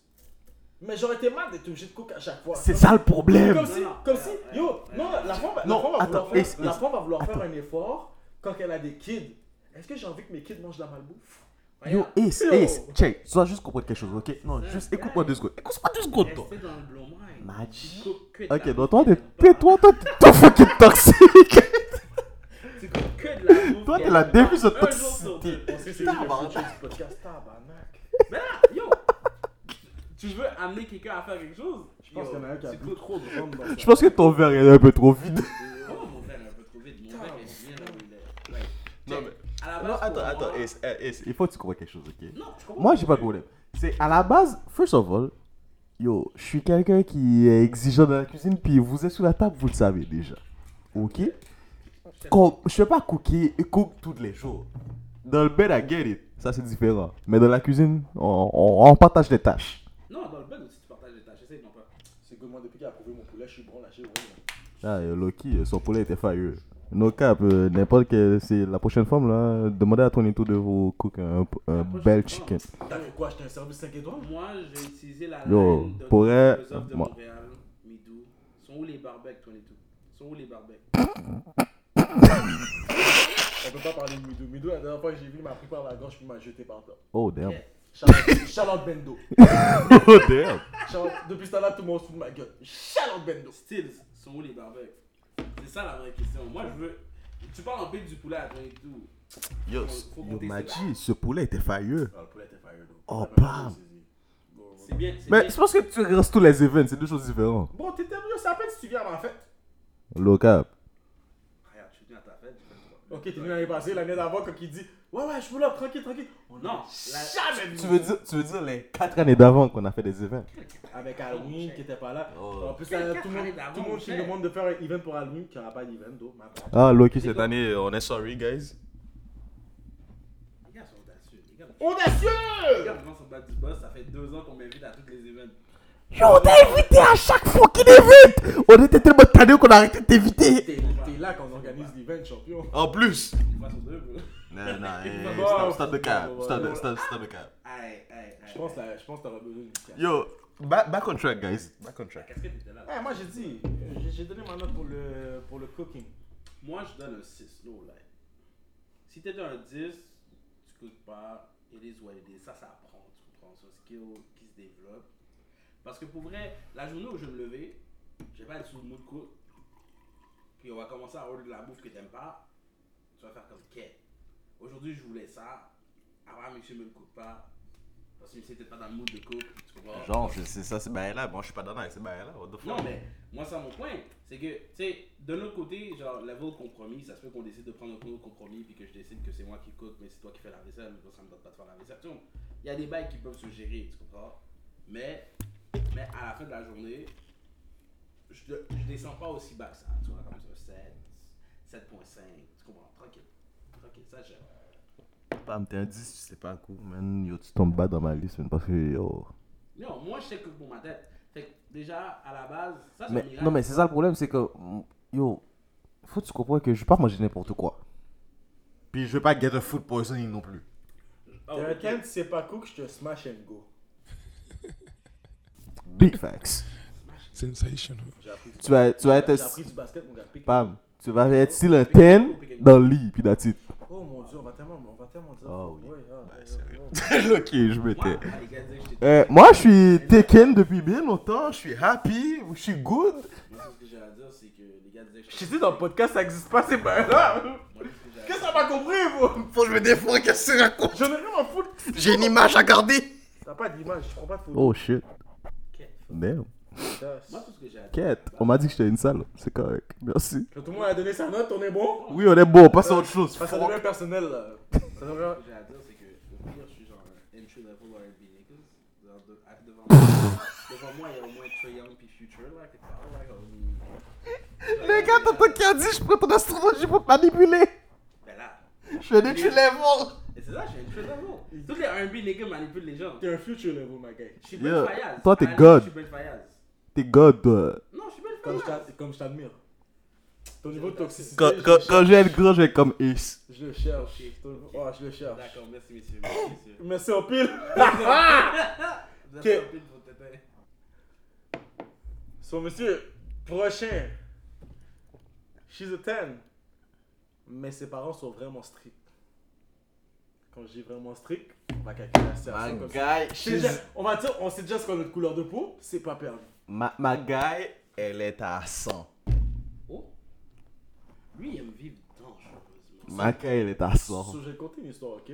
mais j'aurais été mal d'être obligé de cook à chaque fois. C'est ça le problème! Comme si, Non, non. comme si, yo, non, la femme, va- la Non, femme va attends, eh, vouloir, faire, est-ce- la est-ce- femme va vouloir faire un effort quand elle a des kids. Est-ce que j'ai envie que mes kids mangent de la malbouffe Yo, Ace, Yo. Ace, check, tu dois juste comprendre quelque chose, ok? Non, juste écoute-moi deux secondes. Écoute-moi deux secondes, toi. Restez dans le blow mind. Magie. Tu coupes que de Ok, la donc toi, t'es bouffe hein. t'es- qu'elle aime toi, toi, t'es toi fucking toxique. pas. Tu coupes que de la bouffe Toi, t'es qu'elle la aime pas. début de Un jour sur deux. toxicité. hein. On sait c'est lui le Tabarnak. futur du podcast, tabarnak. Mais là, yo, tu veux amener quelqu'un à faire quelque chose Je pense Yo, qu'il y en a un qui a tu bu coupes- trop de rhum dans Je pense que ton verre est un peu trop vide. Oh, mon verre est un peu trop vide. Mon verre est bien là où il est. Ouais. Non, Check. À la base, Non, attends, pour attends, moi- Ace, eh, Ace, il faut que tu comprennes quelque chose, ok? Non, je comprends. Moi, j'ai pas de problème. C'est à la base, first of all, yo, je suis quelqu'un qui est exigeant dans la cuisine, puis vous êtes sous la table, vous le savez déjà. Ok? Comme, je fais pas cooker, cook tous les jours. Dans le bed, I get it. Ça, c'est différent. Mais dans la cuisine, on, on- on partage les tâches. Non, dans le bug aussi, tu partages les tâches. Essaye, non pas. C'est que moi, depuis qu'il a prouvé mon poulet, je suis bon là, chez vous. Ah, euh, Loki, euh, son poulet était fire. No cap, euh, n'importe que c'est la prochaine femme là, demandez à Tony tout de vous cook un, un prochaine bel fois. chicken. T'as fait quoi J'étais un service 5 étoiles Moi, j'ai utilisé la Yo, line de pour vrai, philosophe de moi- Montréal, Midou. Sont où les barbecs, toi, les tout Sont où les barbecs On peut pas parler de Midou. Midou, la dernière fois que j'ai vu, il m'a pris par la gorge puis il m'a jeté par terre. Oh damn. Charlotte- Charlotte Bendo. Oh damn. Charlotte- Depuis ce temps-là, tout le monde se fout de ma gueule. Charlotte Bendo. Stills, sont où les barbecs C'est ça la vraie question. Moi, je veux. Tu parles un peu du poulet à toi et tout. Yo, Faut- faut yo compter Maji, ce poulet était fire. Ah, le poulet était fire, though. Oh, T'as même bam. pas saisi. Go, go, C'est bien. c'est Mais bien. je pense que tu restes tous les events, c'est deux choses différentes. go. Bon, t'étais mieux, ça à peine si tu viens à ma fête. Low cap. Regarde, je suis venu à ta fête, j'ai fait le droit. Ok, t'es venu l'année passée, l'année d'avant, quand il dit Ouais, ouais, je suis là, tranquille, tranquille. On Non, l'a la- jamais vu. Tu veux dire, tu veux dire les 4 années d'avant qu'on a fait des événements Avec Halloween qui était pas là. Oh. En plus, Quelle là, carte tout le monde, année d'avant, tout le monde qui cher? demande de faire un event pour Halloween, qui aura pas d'event, donc. mais après. Ah, Loki, cette année, on est sorry, guys. Les gars sont audacieux. Les gars, les Audacieux gars vraiment sont battus du boss. Ça fait deux ans qu'on m'invite à tous les événements. Yo, on t'a évité à chaque fois qu'il évite On était tellement tannés qu'on a arrêté de t'éviter T'es t'es là quand on organise l'event, champion. En plus Une fois sur deux, bro. Non, non, hey, Bon, eh, stop, stop de bon, cap, bon, stop, bon. de- stop, stop de cap. Aïe, aïe, aïe. Je pense là, je pense que t'auras besoin d'une carte. Yo, back, back on track, guys. Back on La track. casquette était là. Eh, moi j'ai dit, euh, j'ai- j'ai donné ma note pour le, pour le cooking. Moi, je donne un 6, no lie. Si t'es dans un 10, tu coûtes pas, it is what it is. Ça, ça apprend, tu comprends, c'est un skill qui se développe. Parce que pour vrai, la journée où je vais me lever, je vais pas être sous le mood cook, puis on va commencer à avoir de la bouffe que t'aimes pas, tu vas faire comme quête. Aujourd'hui, je voulais ça, avant, monsieur me le cook pas, parce que monsieur était pas dans le mood de cook, tu comprends? Genre, je- c'est ça, c'est ben là. Bon, je suis pas dans c'est ben là. What the fuck Non, mais moi, c'est mon point. C'est que, tu sais, de notre côté, genre, level compromis, ça se peut qu'on décide de prendre un autre compromis, puis que je décide que c'est moi qui cook, mais c'est toi qui fais la vaisselle, mais toi, ça me donne pas de faire la vaisselle. Tu vois, il y a des bails qui peuvent se gérer, tu comprends? Mais, mais à la fin de la journée, je, de- je descends pas aussi bas que ça, tu vois, comme ça, 7, 7.5, tu comprends? Tranquille. Tranquille, ça gère. Pam, t'es un 10, tu sais pas cool, man. Yo, tu tombes bas dans ma liste, man, parce que yo. Non, moi, je sais que pour ma tête. Fait que, déjà, à la base, ça, c'est un Mais, miracle. non, mais c'est ça le problème, c'est que. mm, Yo, faut que tu comprennes que je vais pas manger n'importe quoi. Puis je vais pas get a food poisoning non plus. Oh, T'es un ok. Ken, tu sais pas cook, je te smash and go. Big facts. Sensational. J'ai appris du- Tu vas, tu vas être. J'ai appris du basket, mon gars. pique. Pam, tu vas être still un 10 dans le lit, puis that's it. Oh mon dieu, on va tellement, on va tellement dire. Oh oui. Ouais, ah, ouais, ouais. ok, je Moi, m'étais. ah, les gars, je t'ai- Euh, moi, je suis taken depuis bien longtemps. Je suis happy. Je suis good. Moi, tout ce que j'ai à dire, c'est que les gars disaient que Je t'ai dit dans le podcast, ça existe pas, c'est pas là. Moi, tout ce que j'ai à Qu'est-ce que dire. t'as pas compris, vous Faut que je me défends. Qu'est-ce que raconte J'en ai rien à foutre. J'ai une image à garder. T'as pas d'image, je prends pas de photo. Oh shit. Damn. Ça, Moi, tout ce que j'ai à dire. Quête. On m'a dit que j'étais une sale. C'est correct. Merci. Quand tout le monde a donné sa note, on est bon Oui, on est bon. Passe à autre chose. Parce que ça fuck. devient personnel là. Ça devient. Ce que j'ai à dire, c'est que au pire, je suis genre un entry level R&B niggas. Genre, de- à- Devant moi, devant moi, il y a au moins Trae Young puis Future, là, quelque part, là, comme- mm. Les gars, t'entends qui a dit je prends ton astrologie pour te manipuler. Ben là. Je suis dit tu les vends. Et c'est ça, je suis entry level. Tous les R&B niggas manipulent les gens. T'es un futur level, my guy. Je suis Ben Yeah. Fayaz. Toi, t'es Ah, God. Je suis Ben Fayaz. T'es god. toi. Non, je suis Ben Comme je Fayaz. t'a- Comme je t'admire. Ton niveau de toxicité. Quand, je- quand, quand je vais être grand, je vais être comme Ace. Je le cherche. Ton- Oh, je le cherche. D'accord, merci, messieurs. merci, messieurs. Merci en pile. Vous Ok. êtes remplis de hein. vos tétins. So, monsieur, prochain. She's a 10. Mais ses parents sont vraiment stricts. Quand je dis vraiment strict, on va calculer la situation comme ça. guy, C'est déjà- on va dire, on sait déjà ce qu'on a de couleur de peau, c'est pas perdu. Ma, ma guy, elle est à 100. Oh. Lui, il aime vivre dangereusement. Ma guy, elle est à 100. So, je vais compter une histoire, ok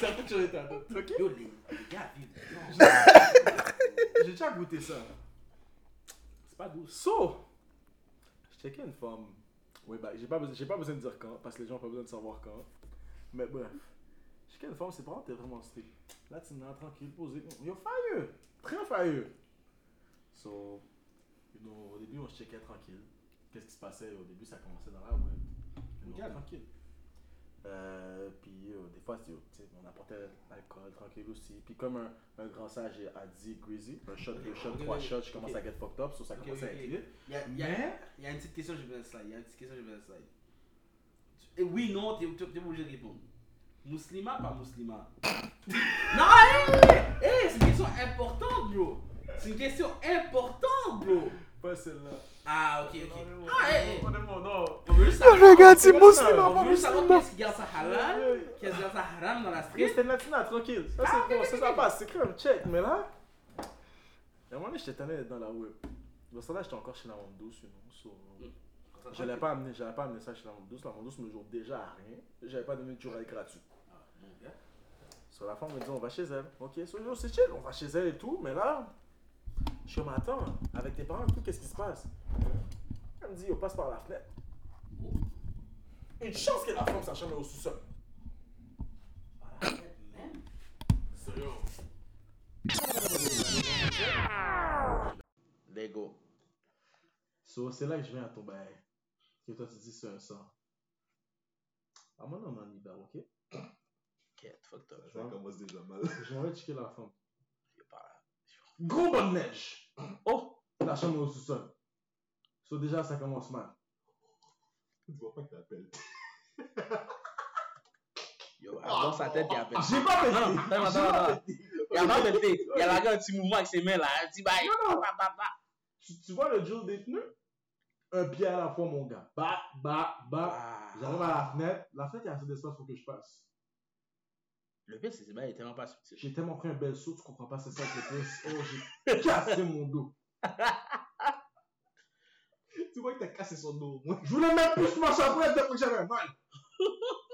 Ça fait que j'en étais à bout, ok Yo, les, les gars vivent dangereusement. J'ai déjà goûté ça. C'est pas douce. So, je checkais une femme. Ouais, bah, j'ai pas, besoin- j'ai pas besoin de dire quand, parce que les gens ont pas besoin de savoir quand. Mais bref, je checkais une femme, c'est pas t'es vraiment strict. Là, tu n'as tranquille, posé. Yo, failleux! Très failleux! So, you know, au début, on se checkait tranquille. Qu'est-ce qui se passait? Au début, ça commençait dans la web. You know, Ok. tranquille. Euh, puis, euh, des fois, c'est- tu sais, on apportait l'alcool tranquille aussi. Puis, comme un, un grand sage a dit, Greasy, un shot, deux shots, Ok, trois ok, shots, je commence ok. à get fucked up, so ça Ok, commence à ok, être ok. lit. Il y a, il y a- Mais- il y a une petite question, j'ai besoin de slide. Il y a une petite question, j'ai besoin de slide. Et oui, non, t'es t'es- t'es obligé de répondre. Muslima, pas muslima. non, hé, hé, hé, c'est une question importante, bro. C'est une question importante, bro. Pas celle-là. Ah, ok, ok. On est bon, Ah, hé, hé. on est bon, non. On veut juste Je savoir, regarde, c'est musulman, on pas veut juste savoir musulman. qu'est-ce qui garde ça halal, qu'est-ce qui garde ça haram dans la street. C'était une latina, tranquille. Ça, c'est bon, ça, ça passe. C'est crème, check. Mais là, à un moment donné, j'étais tanné d'être dans la web. Dans ce temps-là, j'étais encore chez la Mande Douce, you know, so- Je l'ai pas amené, j'avais pas amené ça chez la Mande Douce. La Mande Douce me joue déjà à rien. J'avais pas donné de journal gratuit. Ah, mon gars. Sur la femme me dit, on va chez elle. Ok, so, yo, c'est chill, on va chez elle et tout. Mais là, je suis matin, Oh. avec tes parents et tout, qu'est-ce qui se passe Elle me dit, on passe par la fenêtre. Une chance que la femme, sa chambre est au sous-sol. Même. Sérieux. Lego. So, c'est là que je viens à ton bail. Que toi, tu dis Ah, c'est un sang. À mon nom, on y va, ok? Quête, fuck toi. Ça commence déjà mal. J'aimerais checker la femme. J'ai pas. Gros bonne neige! Oh! La chambre est au sous-sol. So, déjà, ça commence mal. Tu vois pas que t'appelles. Yo, elle dans sa tête, il y avait. Ah, J'ai pas pété! Non, non, non, J'ai pas non, non. pété. Il y a pas de fait. Il y a la gueule, un petit mouvement avec ses mains là. Elle dit bye. Bah, bah, bah. Tu, tu vois le Joe détenu? Un pied à la fois, mon gars. Bah, bah, bah. Ah. J'arrive à la fenêtre. La fenêtre, il y a assez d'espace pour que je passe. Le pire, c'est que il est tellement pas subtil. J'ai tellement pris un bel saut, tu comprends pas, c'est ça que c'est. Oh, j'ai cassé mon dos. Tu vois que t'as cassé son dos au moins. Je voulais même plus ma après depuis que j'avais mal.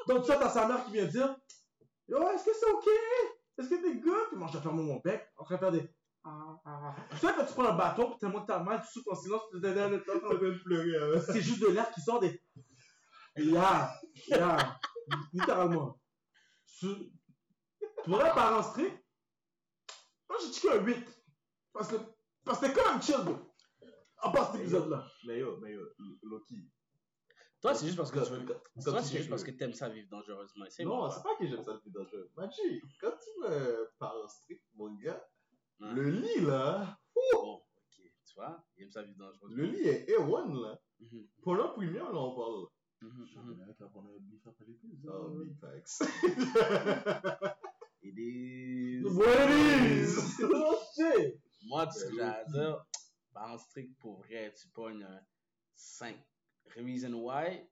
Donc, ça, t'as sa mère qui vient dire Yo, est-ce que c'est ok Est-ce que t'es good Puis moi, je ferme mon bec en train de faire des. Ah, ah, ah. Tu sais, quand tu prends un bâton, puis tellement que t'as mal, tu souffles en silence, tu t'es le temps. On même pleurer. C'est juste de l'air qui sort des. Là, là, littéralement. Tu- Pour la parent strict, moi j'ai checké un 8. Parce que parce que t'es quand même chill, bro. À part cet épisode-là. Mais yo, mais yo, Loki. Toi, c'est juste parce que tu veux. Quand- Toi, quand tu c'est juste fais parce que- que t'aimes ça vivre dangereusement. C'est Non, bon, c'est pas que j'aime ça le plus dangereux. Maji, quand tu me parles en strict, mon gars, Ouais. le lit là, Bon, ok. Tu vois, il aime sa vie dangereusement. le lit est A1 là. Mhm, Pour le premier, là, on parle. mm-hmm. mhm, mhm. Oh, big facts. It is. What it is! Oh shit! Moi, tout ce que Ben, j'ai à dire, bah, en strict pour vrai, tu pognes un 5. Reason why,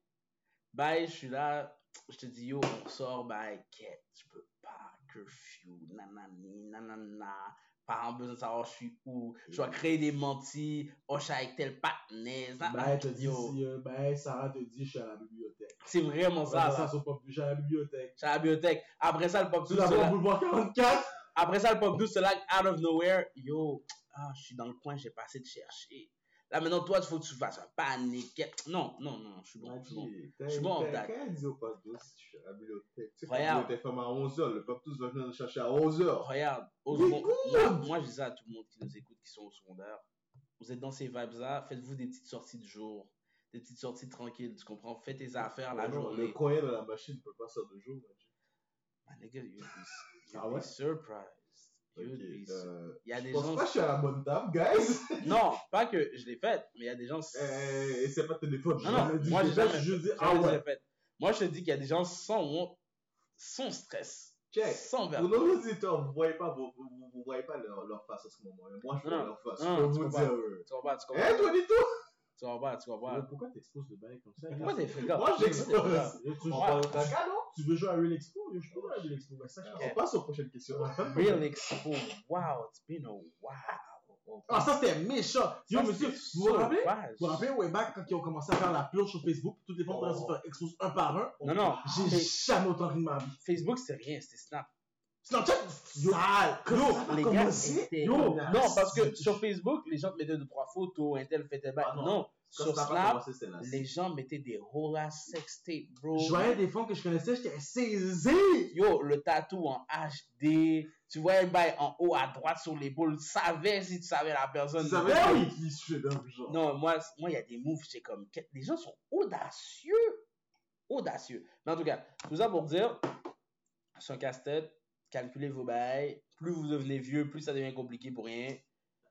bye, je suis là, je te dis yo, on sort, bye, quête, je peux pas, curfew, nanani, nanana, parents besoin de savoir je suis où, je dois créer des mentis, oh, je suis avec tel patnaise, Ben, te dit, si, euh, ben, Sarah te dit, je suis à la bibliothèque. c'est vraiment ça, Ça, ça, là. ça, pas plus, je suis à la bibliothèque. Je suis à la bibliothèque. Après ça, le pop Tu douce, l'as c'est pas là. boulevard 44? Après ça, le pop douce, c'est là, out of nowhere, yo, ah, je suis dans le coin, j'ai passé de chercher. Là, maintenant, toi, il faut que tu fasses un panique. Non, non, non, je suis bon, je suis bon. Maji, Je suis bon en t'as date. qu'à dire au pape douce si tu fais la bibliothèque. Tu sais, Regarde. la bibliothèque ferme à 11h, le pape douce va venir nous chercher à 11h. Regarde, au Mais second- moi, moi, je dis ça à tout le monde qui nous écoute, qui sont au secondaire. Vous êtes dans ces vibes-là, faites-vous des petites sorties de jour, des petites sorties tranquilles, tu comprends? Faites tes affaires Ah, la Le journée. coin de la machine ne peut pas sortir de jour, Maji. My nigga, you'd be, you'd Ah ouais? be surprised. You'd be Ok, sur- euh, Il y a Je des pense gens. pas que je suis à la bonne table, guys. Non, pas que je l'ai fait, mais il y a des gens. Eh, c'est pas téléphone. Non, non, j'avais dit, moi, j'ai j'ai pas jamais dit, je dis, J'en ah ai ouais, déjà fait. Moi, je te dis qu'il y a des gens sans honte, sans stress, check. sans Pour verbe. nos auditeurs, vous voyez pas, vos- vous, vous, vous voyez pas leur, leur face à ce moment. Mais moi, je vois Non, leur face. non, je peux tu vous comprends. dire. euh, Tu comprends, tu Eh, comprends, toi, dis tout. tu comprends, tu comprends. Pourquoi t'exposes le bail comme ça? Pourquoi t'es fréquent? Moi, Pourquoi t'es j'expose. fréquent? Yo, tu- On Ouais. parle au caca, non Tu veux jouer à Real Expo? Yo, Je peux jouer à Real Expo. Ben, ça, je On passe aux prochaines questions. Real Expo. Wow, it's been a while. Ah, ça, c'était méchant! Yo, Ça, monsieur, c'est vous vous rappelez? sauvage. Vous vous rappelez, way back, quand ils ont commencé à faire la purge sur Facebook, toutes les femmes Oh. ont se faire expose un par un. Non, non. J'ai jamais autant ri de ma vie. Facebook, c'est rien, c'était Snap. Snapchat, sale! Yo, Ah, Les gars, c'était... Yo, non, parce que sur Facebook, les gens te mettaient deux, trois photos, un tel fait tel bail. Ah, non. non. sur Snap, c'est là. les gens mettaient des whole ass sex tape, bro. Je voyais des femmes que je connaissais, j'étais saisi! Yo, le tatou en HD, tu vois un bail en haut à droite sur l'épaule, tu savais si tu savais la personne. Tu savais Ben pas oui. qui se fait d'un genre. Eh Non, moi, c- moi, il y a des moves, c'est comme, que- les gens sont audacieux, audacieux. Mais en tout cas, tout ça pour dire, c'est un casse-tête, calculez vos bails, plus vous devenez vieux, plus ça devient compliqué pour rien.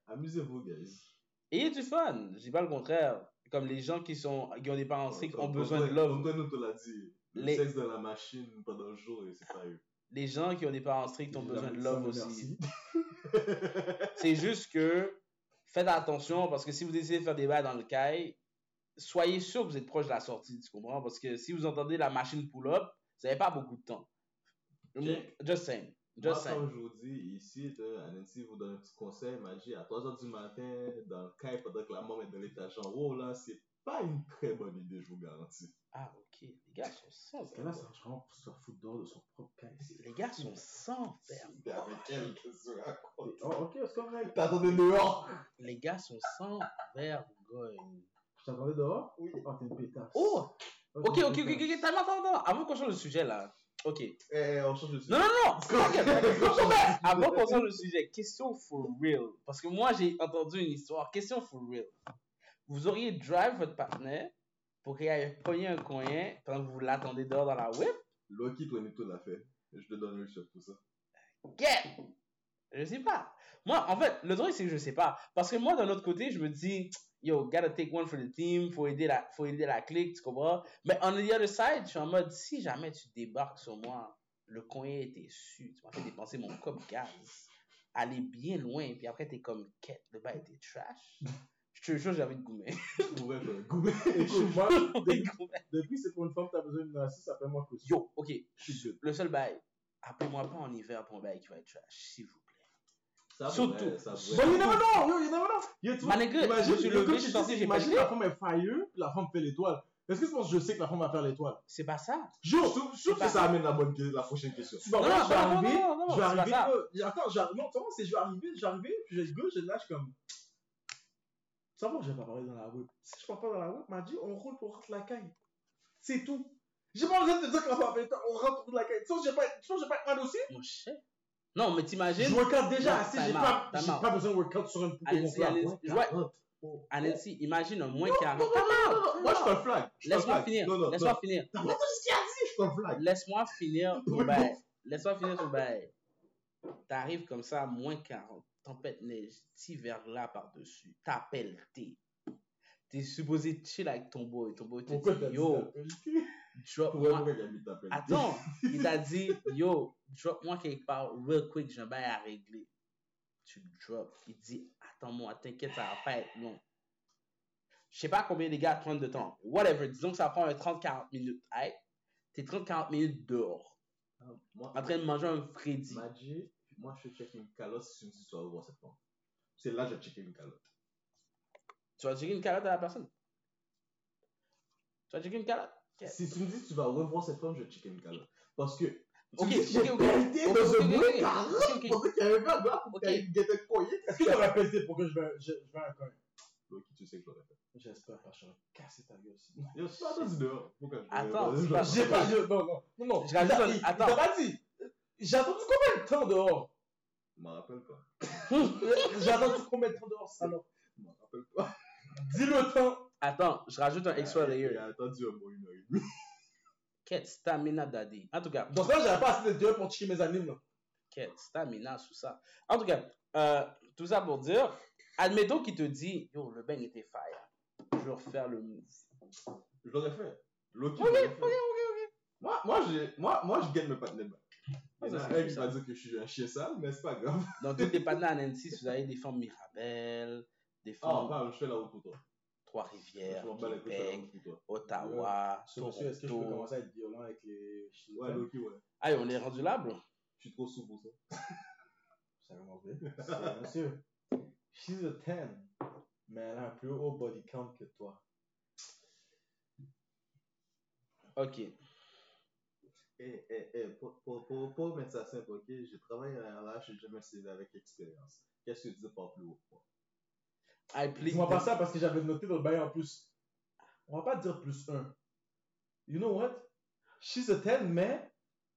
Amusez-vous, guys. Ayez du fun, je dis pas le contraire. Comme les gens qui sont, qui ont des parents stricts ont besoin de love. Antoine nous te l'a dit. Le Les- sexe dans la machine pendant le jour, et c'est pas eux. Les gens qui ont des parents stricts ont besoin de love aussi. Merci. C'est juste que faites attention parce que si vous décidez de faire des bails dans le caille, soyez sûr que vous êtes proche de la sortie, tu comprends? Parce que si vous entendez la machine pull-up, vous n'avez pas beaucoup de temps. Check. Just saying. Moi, Just saying. comme je vous dis, ici, là, à Nancy, vous donne un petit conseil, magie, à 3h du matin, dans le caille, pendant que la maman est dans l'étage en haut, Oh là, c'est pas une très bonne idée, je vous garantis. Ah, ok. Les gars sont sans Parce que là, ça marche vraiment pour se faire foutre dehors de son propre cas. ici. Les gars sont sans verbe. T'es avec elle, qu'est-ce que tu racontes? Oh, ok, c'est correct. T'attendais dehors? Les gars sont sans vergogne. Je t'attendais dehors? Oui. Oh, t'es une pétasse. Oh! Ok, ok, ok, ok, t'as non, non, non, avant qu'on change le sujet là. Ok. Eh, on change de Non, non, non, t'inquiète, t'inquiète. Non, mais Avant qu'on change le sujet, question for real. Parce que moi j'ai entendu une histoire. Question for real. Vous auriez drive votre partenaire pour qu'il aille pogner un coin pendant que vous l'attendez dehors dans la whip? Loki, toi, Nito l'a fait. Je te donne le chef pour ça. Yeah! Je sais pas. Moi, en fait, le truc c'est que je sais pas. Parce que moi, d'un autre côté, je me dis, yo, gotta take one for the team, faut aider la, faut aider la clique, tu comprends? Mais on the other side, je suis en mode, si jamais tu débarques sur moi, le coin était su, tu m'as fait dépenser mon cop gaz, aller bien loin, puis après t'es comme, quête, le bas était trash. Je te jure, j'avais de goumer. Gourmet, ouais, gourmet. Écoute, moi, Des depuis, gourmets. depuis c'est pour une femme, t'as besoin d'une assise, appelle-moi Chris. Yo, ok, je suis good. le seul bail, appelez-moi pas en hiver pour un bail qui va être trash, s'il vous plaît. Ça Surtout. pourrait, ça Bon, pourrait. you never know, yo, you never know. Yo, tu vois, My nigga, je imagine, me suis yo, levé, comme je suis tu sorti, dis, j'ai imagine pas la gelé. femme est fire, puis la femme fait l'étoile. Est-ce que tu penses que je sais que la femme va faire l'étoile? C'est pas ça. Yo, Surtout surtout que ça amène la bonne que- la prochaine question. Tu vas Non, voir, non, je vais non, arriver, non, non, non, c'est je vais pas arriver, ça. euh, j'ai- attends, j'arrive, non, attends, c'est je vais arriver, je vais arriver, puis j'ai le gauche, j'ai le lâche comme. Ça va, j'ai pas parlé dans la web. Si je parle pas dans la web, m'a dit, on roule pour rentrer la caille. C'est tout. J'ai pas besoin de te dire que la femme a fait le temps, on rentre pour la caille. Tu sais, j'ai pas, tu sais, j'ai pas mal aussi. Mon chef. Non, mais Je t'imagines, workout déjà Non, assez, time j'ai out, pas, time j'ai out. pas besoin de workout sur une poupée Allez-y, gonflable. allez-y. Ouais, Ouais. quarante. Oh, oh. Anansi, imagine un moins Non, 40. non, non, non, non, non, Moi, je te le flag. Je te le Laisse-moi flag. finir. Non, non, Laisse-moi non. finir. T'as pas tout ce qu'il y a dit. Je te le flag. Laisse-moi finir ton Oui, bail. Laisse-moi finir ton bail. T'arrives comme ça, moins 40. Tempête neige, petit verglas par-dessus. T'appelles T. T'es supposé chill avec ton boy. Ton boy te Pourquoi t'as dit, dit yo, ça? drop Ouais, moi. pourquoi il a mis ta peine Attends, il t'a dit, yo, drop moi quelque part, real quick, j'ai un bail à régler. Tu le drops. Il dit, attends-moi, t'inquiète, ça va pas être long. Je sais pas combien les gars prennent de temps. Whatever, disons que ça prend un 30-40 minutes. Hey, t'es 30-40 minutes dehors, Moi, en train de manger un Freddy. m'a dit, moi, je check une calotte si tu me dis que tu vas ouvrir en septembre. C'est là que je check une calotte. Tu vas checker une calotte à la personne. Tu vas checker une calotte. Si tu me dis que tu vas revoir cette femme, je check une calotte. Parce que. tu Ok, me dis que ok, j'ai ok. pété Ok, dans ok, un ok, bruit ok. carré, Ok, ok. parce qu'il y avait pas de gars, Ok. il y avait une guette cognée. Est-ce que t'aurais pété pour que je vais, je, je vais un coin? Donc, tu sais que je l'aurais fait. J'espère pas, je vais casser ta gueule. sinon. Yo, tu m'as attendu dehors. Pourquoi je- Attends, je- c'est je- pas- J'ai pas. je- Non, non, non, non. Je rajoute un- Il- il attends. t'a pas dit. J'ai attendu combien de temps dehors Je m'en rappelle pas. J'ai attendu combien de temps dehors, salope Je m'en rappelle pas. Dis le temps. Attends, je rajoute un extra Il a layer. attendu au moins une heure et demie. Quête stamina daddy. En tout cas, Dans ce temps, j'avais pas assez de gueule pour checker mes animes. là. Quel stamina sous ça. En tout cas, euh, tout ça pour dire, admettons qu'il te dit, yo, le bang était fire. Je vais refaire le move. Je l'aurais fait. Loki, je l'aurais fait. Moi, moi, j'ai- moi, moi, je gagne mes partenaires back. Ah, Il y en ça, a c'est un qui ça. va dire que je suis un chien sale, mais c'est pas grave. Dans toutes les panneaux à Nancy, vous avez des formes Mirabel, des Ah, formes bah, je fais la route pour toi. Trois-Rivières, je m'en bats les couilles, je fais la Québec, route pour toi. Ottawa, Ce monsieur, est-ce que je peux Toronto. commencer à être violent avec les Chinois Ouais, Loki, ouais. Ah, on est rendu là, bro. Je suis trop sous pour ça. Ça commence bien. C'est- Monsieur, she's a 10, mais elle a un plus haut body count que toi. Ok. Eh, eh, eh, pour, pour, pour, pour mettre ça simple, ok, j'ai travaillé à la RH et j'ai me CV avec expérience. Qu'est-ce que tu dis par plus haut quoi? I plead Dis-moi pas the... ça parce que j'avais noté dans le bail en plus. On va pas dire plus 1. You know what? She's a 10, mais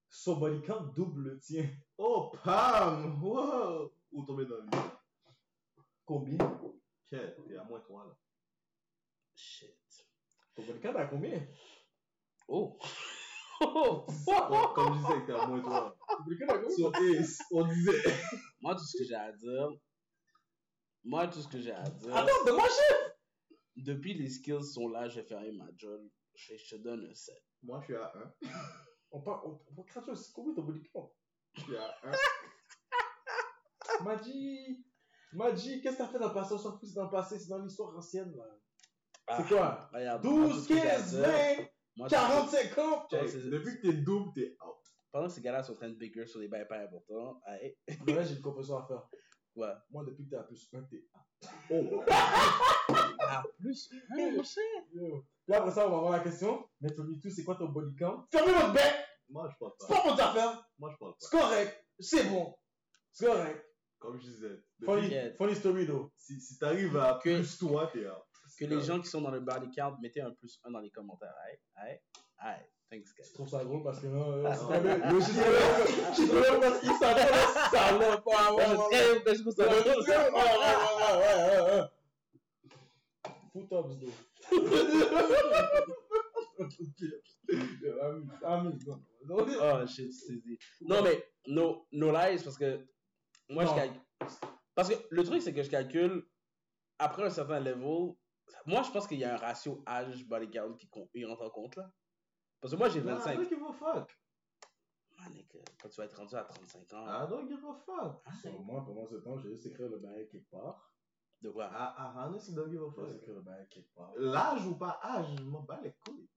son body count double le tien. Oh, pam! Wow! Ou tomber dans le lit. Combien? Quel? T'es à moins 3 là. Shit. Ton body count à combien? Oh. Oh. Comme, comme je disais, que t'es à moins 3. Ton body count à combien? Sur Ace, on disait. Moi, tout ce que j'ai à dire... Moi, tout ce que j'ai à dire... Attends, donne-moi un chiffre! Depuis les skills sont là, j'ai fermé ma job. Je, je te donne un 7. Moi, je suis à 1. On parle, on, on crache aussi combien ton body count? Je suis à 1. Maji, Maji, qu'est-ce que t'as fait dans le passé? On s'en fout, c'est dans le passé, c'est dans l'histoire ancienne là. Ah, C'est quoi? regarde, moi, tout 12, ce que j'ai à 15, dire, 20, moi, tout ce que- 40, 50! Ouais, Check, c'est- depuis que t'es double, t'es out. Pendant que ces gars-là sont en train de bigger sur des bails pas importants, allez, Mais là, j'ai une comparaison à faire. Ouais. Moi, depuis que t'es à plus 1, t'es Oh, wow. à plus. hein, mon cher. Yo. Là, après ça, on va voir la question. Mais Tony tout, c'est quoi ton body count? Fermez votre bec! Moi, je parle C'est pas. pas mon affaire! Moi, je parle pas. C'est correct! C'est bon! C'est correct! Comme je disais, depuis- Funny, funny story, though. si, si t'arrives à Que- plus 3, t'es out. que les gens qui sont dans le body count mettaient un plus un dans les commentaires. Aïe, aïe, aïe. Thanks, guys. Je trouve ça gros parce que là, euh, c'est tombé- le- je suis tombé- je suis tombé parce qu'il s'attendait, ça allait pas, Ah, ouais, ouais, ouais. Ouais, ouais, ouais, ouais, ouais, ouais, ouais. Foot ups, though. Yeah, I mean- I mean, no, no. Oh shit, c'est dit. Non, mais no, no lies, parce que moi Non. je calcule. Parce que le truc, c'est que je calcule après un certain level. Moi, je pense qu'il y a un ratio âge body count qui compte, il rentre en compte là. Parce que moi j'ai Nah, I 25. don't give a fuck. Ah, nigga, quand tu vas être rendu à 35 ans, I don't give a fuck. Ah, So, moi, pendant ce temps, j'ai juste écrit le bail quelque part. de quoi À, à Hannes, il don't give a Je vais fuck. écrire le bail quelque part. L'âge ou pas âge, je m'en bats les couilles.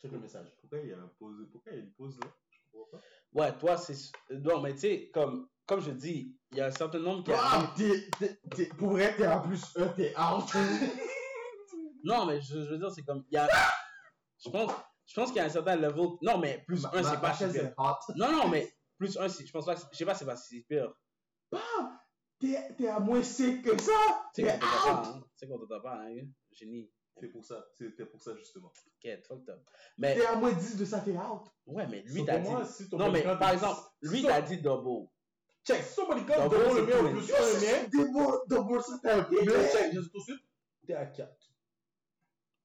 Check le message. Pourquoi il y a un pause Pourquoi il y a une pause là Je comprends pas. Ouais, toi, c'est. Non, mais tu sais, comme, comme je dis, il y a un certain nombre qui. arrivent. Ah, t'es, t'es, t'es, pour vrai, t'es à plus 1, t'es out. Non, mais je, je veux dire, c'est comme. il y a- Je pense, je pense qu'il y a un certain level. Non, mais plus 1, c'est pas si chaise pire. est hot. Non, non, mais plus 1, je pense pas. que c'est- Je sais pas, c'est pas si pire. T'es, t'es à moins 5 que ça. Tu T'es sais qu'on t'entend pas, hein. Tu sais qu'on t'entend pas, hein. Génie. C'est pour ça. C'était pour ça, justement. Quête, fuck up. Mais, T'es à moins 10 de ça, t'es out. ouais, mais lui, So, t'as pour dit. moi, si ton Non, mais bodyguard par est- exemple, lui, So- t'as dit double. Check. Somebody Dans got le double c'est le mien cool. ou plus Yo, un le mien. c'est des mots, double, ça, t'es un peu. Mais check, je dis tout de suite. T'es à 4.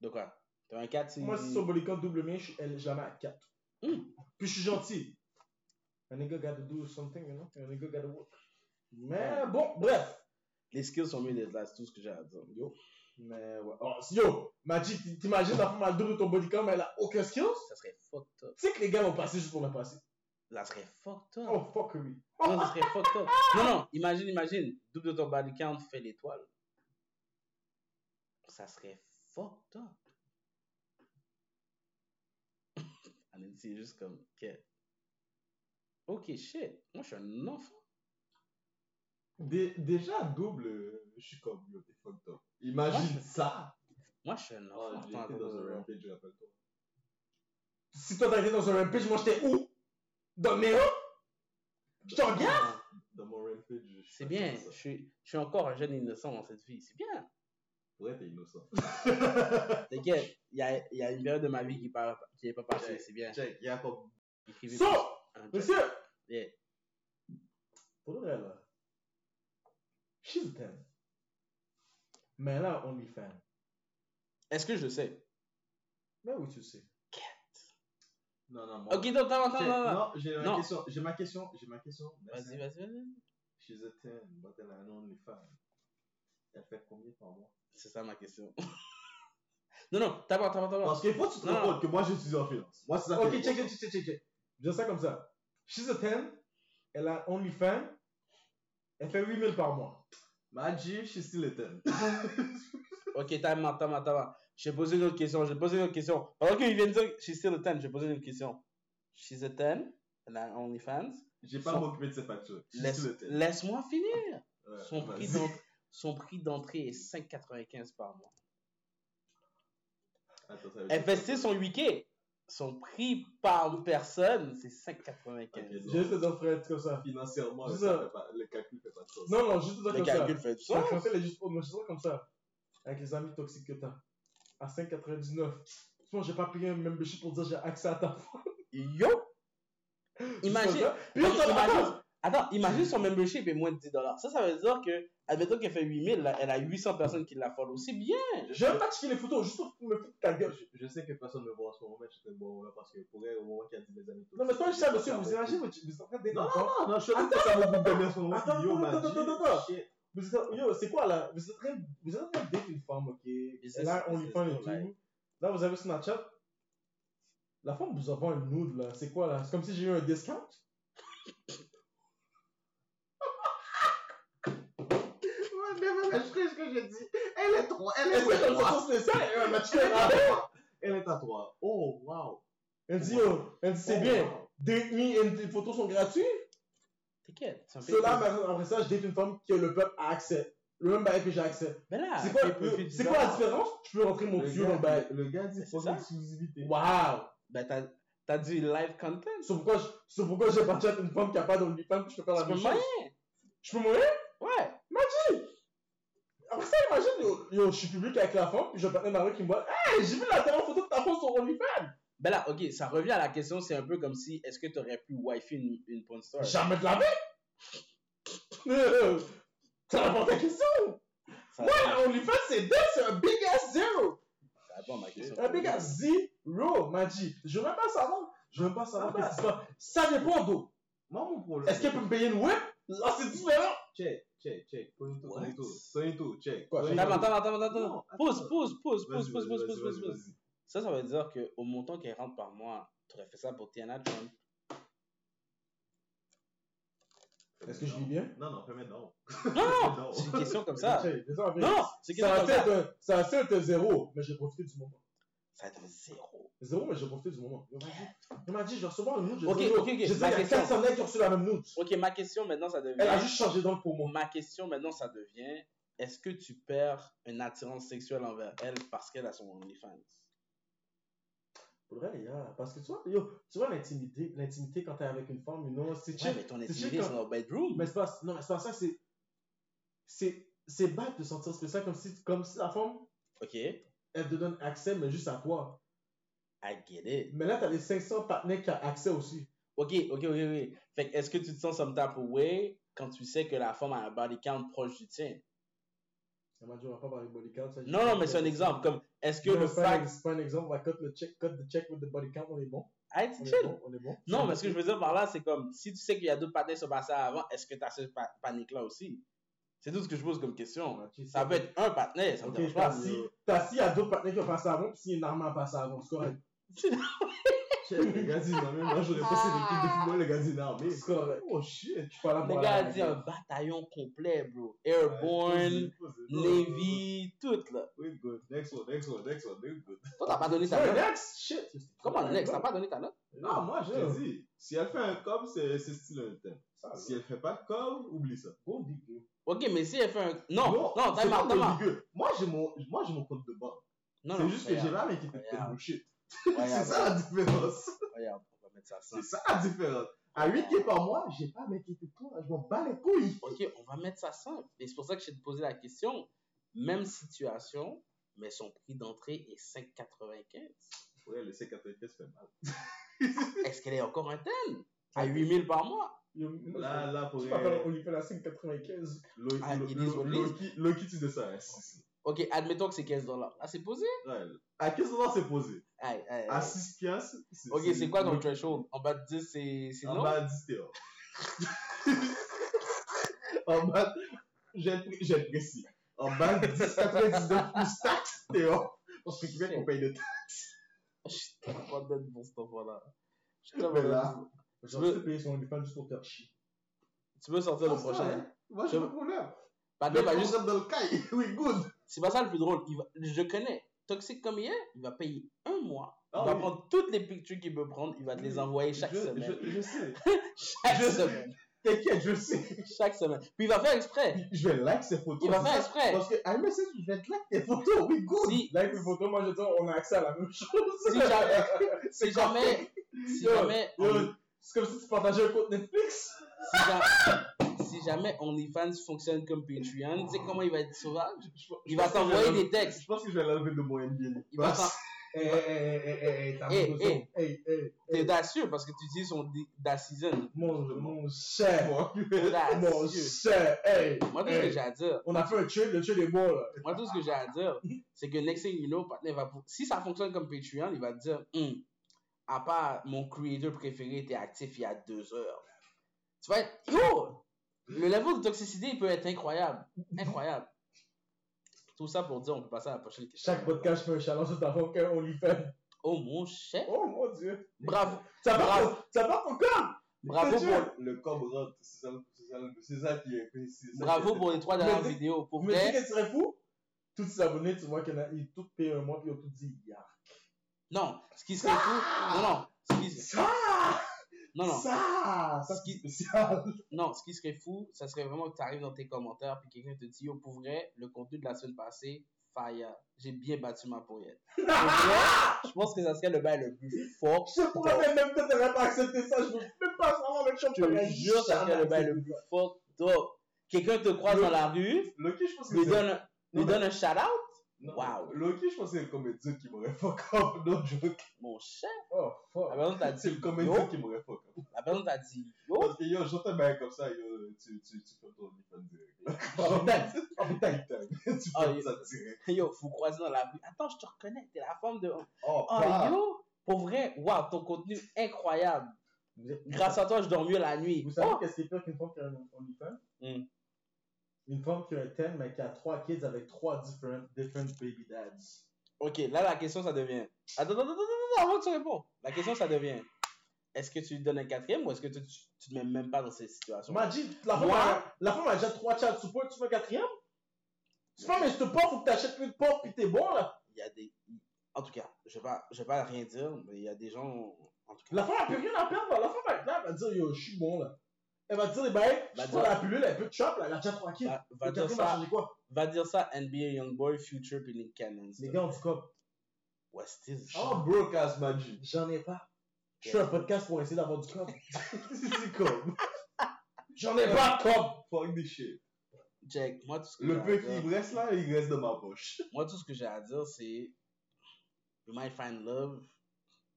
De quoi T'as un 4, c'est. Moi, si son body count double mien, je suis elle- jamais à 4. Hmm. Puis je suis gentil. Un nigga gotta do something, you know? Un nigga gotta work. Mais Ouais. bon, bref. Les skills sont mieux d'être là, c'est tout ce que j'ai à dire. Yo. Mais ouais. Oh, si- yo, Magic, t- t'imagines la femme à deux de ton body count, mais elle a aucun skills? Ça serait fucked up. Tu sais que les gars vont passer juste pour la passer. Ça serait fucked up. Oh, fuck oui. Non, ça serait fucked up. Non, non, imagine, imagine. Double de ton body count, fais l'étoile. Ça serait fucked up. Aline, c'est juste comme, ok. Ok, shit. Moi, je suis un enfant. Dé- déjà, double, euh, je suis comme, yo, t'es fucked up. Ouais. Imagine ça. Moi, je suis un Oh, enfant. j'ai Attends, été attends, dans un attends. rampage, rappelle-toi. Si toi t'as été dans un rampage, moi j'étais où? Dans le néant? Je te regarde? Dans mon rampage, je C'est bien. Je suis, je suis encore un jeune innocent dans cette vie. C'est bien. Ouais, t'es innocent. T'inquiète. Il y a, il y a une période de ma vie qui n'est qui est pas passée. C'est bien. Check, y'a comme. Écrivez- So, Un joke. monsieur! Yeah. Pour vrai là, she's dead. Mais là, on est fan. Est-ce que je sais Mais oui, tu sais. Non, non, moi. Ok, non, attends, attends, Check, attends, attends. Non, j'ai ma Non. question. J'ai ma question. J'ai ma question. Vas-y, vas-y, vas-y. She's a 10, but elle a un OnlyFans. Elle fait combien par mois C'est ça ma question. non, non, t'as pas, t'as pas, t'as pas. Parce qu'il faut que tu te Non. rends compte que moi, je suis en finance. Moi, c'est ça. Ok, check, check, check, check, check. Dis ça comme ça. She's a 10, elle a only fan, elle fait 8000 par mois. Magic, she's still a 10. Ok, time out, time out, time out. J'ai posé une autre question, j'ai posé une autre question. Pendant qu'il vient de dire que she's still a 10, j'ai posé une autre question. She's a 10, and I'm OnlyFans. J'ai pas Son- m'occupé de ses factures. She's Laisse- still a 10. Laisse-moi finir. Ouais, Son prix vas-y. d'entrée. Son prix d'entrée est 5,95 par mois. Attends, ça veut dire- Investir son 8K. Son prix par personne, c'est 5,95. Ok, non. Juste des offres comme ça. Financièrement, C'est ça ça. fait pas- le calcul fait pas de sens. Non, non, juste des Le comme ça. calcul fait du La sens. clientèle est juste haute, mais je sens comme ça. Avec les amis toxiques que t'as. À 5,99. Sinon, j'ai pas payé un membership pour dire j'ai accès à ta Yo! Imagine, Puis on Ok, s'en imagine- Attends, Hmm. imagine son membership est moins de 10 Ça, ça veut dire que, admettons qu'elle fait 8000, là, elle a 800 personnes qui la follow. C'est bien! J'ai même pas checké les photos, juste pour me foutre de ta gueule. Je, je sais que personne ne me voit en ce moment, mais je te vois là parce que pour elle, au moment qu'il a dit les amis. Non, mais toi, je sais, monsieur, vous avez imaginez, vous vous êtes en train d'être Non, non, encore. non, Ah, non, je suis en train de penser à mon groupe d'amis en ce moment. Attends, Yo, attends, Magic, attends, attends, attends. shit. Vous êtes en- Yo, c'est quoi là Vous êtes en train vous êtes en train d'être une femme, ok c'est- Là, on c'est lui prend et sûr, là. tout. Là, vous avez Snapchat. La femme vous envoie un nude là. C'est quoi là C'est comme si j'ai eu un discount Ouais, mais mais, mais, je sais ce que je dis. Elle est trois, elle Elle est fait à comme si trois. on se laissait, et un match Elle est à fait- trois. Elle est à trois. Oh, wow. Elle dit, yo, elle dit, c'est Oh, bien. wow. Date me and tes photos sont gratuites. T'inquiète, c'est un peu. Cela, mais après ça, je date une femme que le peuple a accès. Le même bail que j'ai accès. Mais Ben Ah, là, c'est quoi, elle peut le- faire c'est du quoi la genre. différence Je peux rentrer mon Le vieux gars- dans le bail. Le gars dit C'est pour ça. exclusivité. Waouh Ben, t'as, t'as du live content. C'est pourquoi, je- c'est pourquoi j'ai pas chat une femme qui a pas d'OnlyFans, je peux faire la C'est même moyen! chose. Je peux mourir Ouais! imagine, yo, yo, je suis public avec la femme, puis j'ai un partenaire marocain qui me voit. Hey, j'ai vu la dernière photo de ta femme sur OnlyFans. Ben là, ok, ça revient à la question, c'est un peu comme si est-ce que t'aurais pu wifi une, une porn star Jamais de la vie! Ça répond à ta question! Ça Moi, la OnlyFans, c'est deux, c'est un big ass zero! ça répond à Ah ma question. Un big ass zero, m'a dit. Je veux même pas savoir. Je veux même pas savoir qu'est-ce qui se passe. Ça dépend d'où. Moi, mon problème. Est-ce qu'elle peut me payer une whip? Là, c'est différent! Check, check, check. Tonito, What? Tonito, Tonito, check. Quoi, Tonito. Attends, attends, attends, attends, Non, attends. attends. Pause, pause, pause, pause, Vas-y, vas-y, pause, pause, vas-y, pause, pause, vas-y, pause. Ça, ça veut dire qu'au montant qu'elle rentre par mois, t'aurais fait ça pour Tiana Trump. vas-y. Est-ce que je vis bien? Non, non, fais non. Non, Non. c'est une question comme ça. Check, c'est ça, en fait. Non, c'est une Ça question a comme fait ça. un- ça a fait un zéro, mais j'ai profité du moment. Ça va être zéro. Zéro, mais j'ai profité du moment. Il m'a dit, il m'a dit, je vais recevoir une nude. j'ai Ok, dit, yo, ok, ok, J'ai dit, il y ma a question. 400 mecs qui ont reçu la même nude. Ok, ma question maintenant, ça Elle a devient. juste changé d'angle pour moi. Ma question maintenant, ça devient. Est-ce que tu perds une attirance sexuelle envers elle parce qu'elle a son OnlyFans Pour vrai, les gars, parce que tu vois, yo, tu vois l'intimité, l'intimité quand t'es avec une femme, you know, c'est Ouais, chill. mais ton c'est intimité, chill c'est quand- dans le bedroom. Mais c'est pas, non, mais c'est pas ça, c'est, c'est, c'est bad de sentir spécial comme si, comme si la femme, Ok, I elle te donne accès, mais juste à toi. get it. Mais là, t'as les 500 partenaires qui ont accès aussi. Ok, ok, ok, ok. Fait que est-ce que tu te sens some type of way quand tu sais que la femme a un body count proche du tien Elle m'a dit, on va pas parler de body count. ça, j'ai Non, dit, non, mais c'est un exemple. Comme, est-ce que le c'est pas un- fact. c'est pas un exemple, on cut le check, cut the check with the body count, on est bon. Hey, On c'est est chill. bon, on est bon. Non, mais ce que je veux dire par là, c'est comme, si tu sais qu'il y a d'autres paniques qui sont passés avant, est-ce que tu as ce pa- panique-là aussi? C'est tout ce que je pose comme question. Ça peut être un partenaire, ça me Ok, dérange t'as pas. euh, si, t'as si, y a d'autres partenaires qui ont passé avant, puis si une arme a passé avant, c'est correct. Check, le gars dit non, mais moi j'aurais passé l'équipe de football, le gars dit non, mais. C'est correct. Oh shit! Je suis pas là Le pour gars a la- dit un bataillon complet, bro. Ouais, Airborne, pose it, pose it. Navy, tout, là. We're good. Next one, next one, next one, we're good. Toi, t'as pas donné ta Ouais, note. next, shit. Comment, Alex, t'as pas donné ta note? Non, moi je Yeah. te dis, si elle fait un com, c'est c'est style un thème. Ça, Si elle fait pas de com, oublie ça. gros dégueu. Ok, mais si elle fait un. Non, non, t'as c'est mal, pas t'as mal. dégueu. Moi j'ai mon, moi, j'ai mon compte de banque. Non, non, C'est juste que j'ai regarde, pas mes équipes de Regarde. bullshit. C'est Regarde, ça la différence. regarde, on va mettre ça à C'est 100. ça la différence. À 8K par mois, j'ai pas m'inquiété de toi, je m'en bats les couilles. Ok, on va mettre ça simple. Et c'est pour ça que je te posé la question. Même situation, mais son prix d'entrée est 5,95. Ouais, le C95 fait mal. Est-ce qu'elle est encore un thème Ah, À 8000 par mois Yo, Là, là, pour je vrai, m'appelle Olivier la 595. Lo- Ah, Lo- it is Lo- what it Loki, Loki, tu de ça. hein. Ok, admettons que c'est 15 dollars. Ah, c'est posé Ouais. À 15 dollars, c'est posé. Aïe, aïe, aïe. À 6 piastres, Ah, c'est. Euh, Ok, c'est quoi ton threshold En bas de 10, c'est c'est En non bas, 10 théor. en bas, j'ai- j'apprécie. En bas, 10,99 plus taxes, théor. Parce que Québec, on paye de taxes. Je suis tellement d'être pour cet enfant-là. Je suis Mais tellement là, dead. Je vais payer son OnlyFans juste pour faire chier. Tu veux sortir C'est le ça, prochain hein. Moi, j'ai pas de problème. Bah, Mais non, bah, juste- juste dans le caille. Oui, good. C'est pas ça le plus drôle. Il va- Je connais. Toxique comme il est, il va payer un mois. Il Ah va oui. prendre toutes les pictures qu'il peut prendre. Il va te les envoyer chaque je, semaine. Je, je sais. Chaque je- semaine. T'inquiète, je sais. Chaque semaine. Puis il va faire exprès. Je vais like ces photos. Il va C'est faire ça. exprès. Parce que iMessage, je vais te like tes photos. Oui, good. Si, Là, avec les photos, moi, je dis, on a accès à la même chose. si jamais, si jamais, si Yo, jamais, Yo, C'est comme si tu partageais un compte Netflix. si jamais, si jamais OnlyFans fonctionne comme Patreon, tu sais comment il va être sauvage? Il va t'envoyer des textes. Je pense que je vais l'enlever de mon NBA. Il va Parce- t'en... Eh, eh, eh, eh, eh, eh, t'as Eh, raison. eh. Eh, eh, T'es audacieux parce que tu dis son di- d'assisant. Mon, mon cher. Moi, Mon Audacieux. cher. Eh, Ah, Moi, tout ce que eh. j'ai à dire, On a fait un trade, le trade est bon, là. moi, tout ce que j'ai à dire, c'est que next thing you know, partner va pou- si ça fonctionne comme Patreon, il va te dire, Hum, à part mon creator préféré était actif il y a deux heures. Tu vas être, yo! Le level de toxicité, il peut être incroyable. Incroyable. Tout ça pour dire, on peut passer à la prochaine question. Chaque podcast, je fais un challenge sur ta femme qu'un OnlyFans. Oh mon cher. Oh, mon Dieu. Bravo. Ça part Bravo. pour- ça part pour quand? Bravo Dieu. pour, Le com rentre. C'est ça, c'est ça, c'est ça qui est. c'est ça qui est- bravo pour les trois dernières Mais dis- vidéos. Pour Vous me dites vrai. que tu serais fou? Tous ces abonnés, tu vois qu'il y en a, ils tous payent un mois, puis ils ont tout dit, ya. Non. Ce qui serait fou. Non, non. Ce qui- Ça! non, non. Ah. Ça! Ça, c'est spécial! Non, ce qui serait fou, ça serait vraiment que tu arrives dans tes commentaires puis quelqu'un te dit Yo, pour vrai, le contenu de la semaine passée, fire. J'ai bien battu ma poignette. Pour vrai, je pense que ça serait le bail le plus fort. Je promets même que t'aurais pas accepté ça, je veux même pas savoir avec Je te jure, ça serait le bail le plus fort. Top. Quelqu'un te croise dans la rue, Loki, je pense que lui c'est. donne. Il Non, donne un shout-out? Non, Wow. Loki, je pense que c'est le comédien qui m'aurait fuck up. Non, je Mon chef. Oh, fuck. La personne t'a C'est Ah, dit, le comédien yo. qui m'aurait fuck up. La personne t'a dit, yo. Parce que yo, j'entends bien comme ça, yo, tu, tu, tu fais ton OnlyFans direct. là. Oh, putain. Oh putain, putain. Tu Ah, fais yo. ça direct. Yo, vous croisez dans la rue. Attends, je te reconnais. T'es la femme de. Oh, Oh, bah. yo. Pour vrai, waouh, ton contenu incroyable. Grâce à toi, je dors mieux la nuit. Vous savez Oh, qu'est-ce qui est pire qu'une femme qui a un OnlyFans Hmm. Une femme qui a un thème, mais qui a trois kids avec trois different, different baby dads. Oh, Ok, là, la question, ça devient. Attends, attends, attends, attends, avant que tu réponds. La question, ça devient. Est-ce que tu lui donnes un quatrième ou est-ce que tu, tu, tu te mets même pas dans cette situation Imagine, la femme, Moi? a, la femme a déjà trois child support, tu veux un quatrième Tu pas, mais je te porte, faut que t'achètes une porte, pis t'es bon là. Il y a des. En tout cas, je vais pas, je vais pas rien dire, mais il y a des gens. En tout cas. La femme a plus rien à perdre là. La femme elle, là, elle va dire yo, je suis bon là. Elle va dire, eh ben, Va je dire- prends la pilule, elle peut te chop là, elle a déjà trois kids. Va, va Le dire quatrième va ça, changer quoi va dire ça NBA Youngboy, Future puis Nick Cannon. Les gars, on dit quoi What's this? Oh, broke ass magic. J'en ai pas. Je fais un podcast pour essayer d'avoir du cop. C'est comme. J'en ai pas de cop Fuck this shit. Jack, moi tout ce que Le peu j'ai à qui dire, me reste là, il reste dans ma poche. moi tout ce que j'ai à dire, c'est you might find love,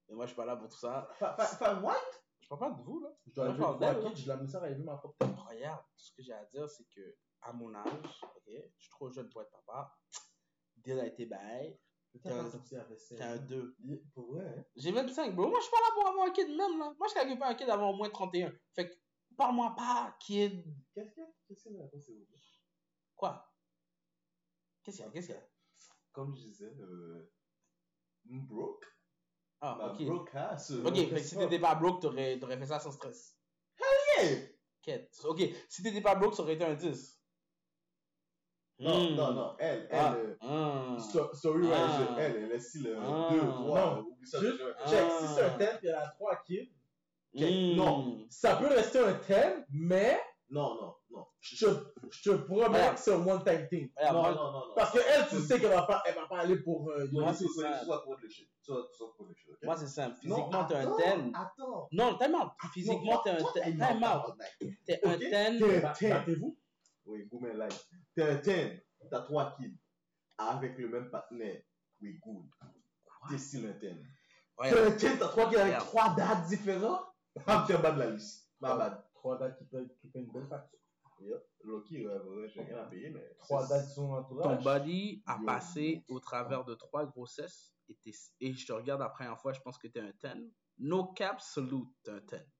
mais moi je suis pas là pour tout ça. Fa- fa- fa- what Je parle pas de vous là. Je dois Moi, lever je parle trois d'elle, kids, je l'amène ça à élever ma propre. Regarde, tout ce que j'ai à dire, c'est que à mon âge, ok, je suis trop jeune pour être papa. Deal a été bail. Putain, T'as- pas sorti la T'es un vaisselle. 2. Pour vrai, hein. J'ai 25, bro. Moi, je suis pas là pour avoir un kid même, là. Moi, je calcule pas un kid avant au moins 31. Fait que, parle-moi pas, kid. Qu'est-ce que- qu'est-ce que la réponse est horrible? Quoi? Qu'est-ce qu'il y a? Qu'est-ce qu'il y a? Comme je disais, euh. m- Broke. Ah, Ma ok. broke ass. euh, Ok, fait que si qu'est-ce que- t'étais pas broke, t'aurais t'aurais fait ça sans stress. Yeah! Quête. Ok, si t'étais pas broke, ça aurait été un 10. Non, Hmm. non, non, elle, elle. Ah. euh, Ah. sto- Story wise, Ah. elle, elle est style Ah. 2, 3. Non. Oublie ça, Juste- je- Ah. Check, si c'est un thème et elle a trois kids, Hmm. non. ça peut rester un thème, mais Non, non, non. je te, je te promets Regarde. que c'est un one-time thing. Regarde, non, moi, non, non, non. Parce que elle, tu sais qu'elle va pas, elle va pas aller pour euh, Moi, moi, c'est c'est ça. Tu vas prendre le shit. Tu vas tu vas prendre le shit, ok? Moi, c'est simple. Non, Physiquement, t'es un attends, 10. Attends. Non, time out. Physiquement, Non, t'es un toi, ten. t'es un Time out. tabarnak. T'es Ok. un ten. T'es un Bah, 10. Battez-vous. Oui, Gourmet Life. T'es un 10. T'as 3 kills. Avec le même partenaire. Oui, good. T'es style un 10. T'es Regarde, un 10, t'as 3 kills avec Regarde. 3 dates différentes. Ah, t'es en bas de la liste. Ma bad. Trois dates qui peuvent qui peuvent une belle facture. Loki, euh, ouais, j'ai rien à payer, mais. Trois c'est- dates qui sont en Ton entourage. body a Yo. passé au travers de trois grossesses et, t'es- et je te regarde la première fois, je pense que t'es un 10. No cap salute, t'es un 10.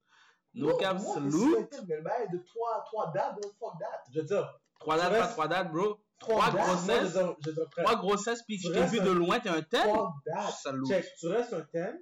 No Non, cap moi, c'est style un salute. 10, Mais le bail de 3, 3 dates, oh, fuck that. Je veux dire, Trois dates, pas restes- trois dates, bro. Trois Trois dates, moi, je grossesses. dirais- je dirais frère, Trois grossesses, puis je Tu t'ai restes vu un- de loin, t'es un Oh, 10. 3 dates. Salute. Check, tu restes un thème,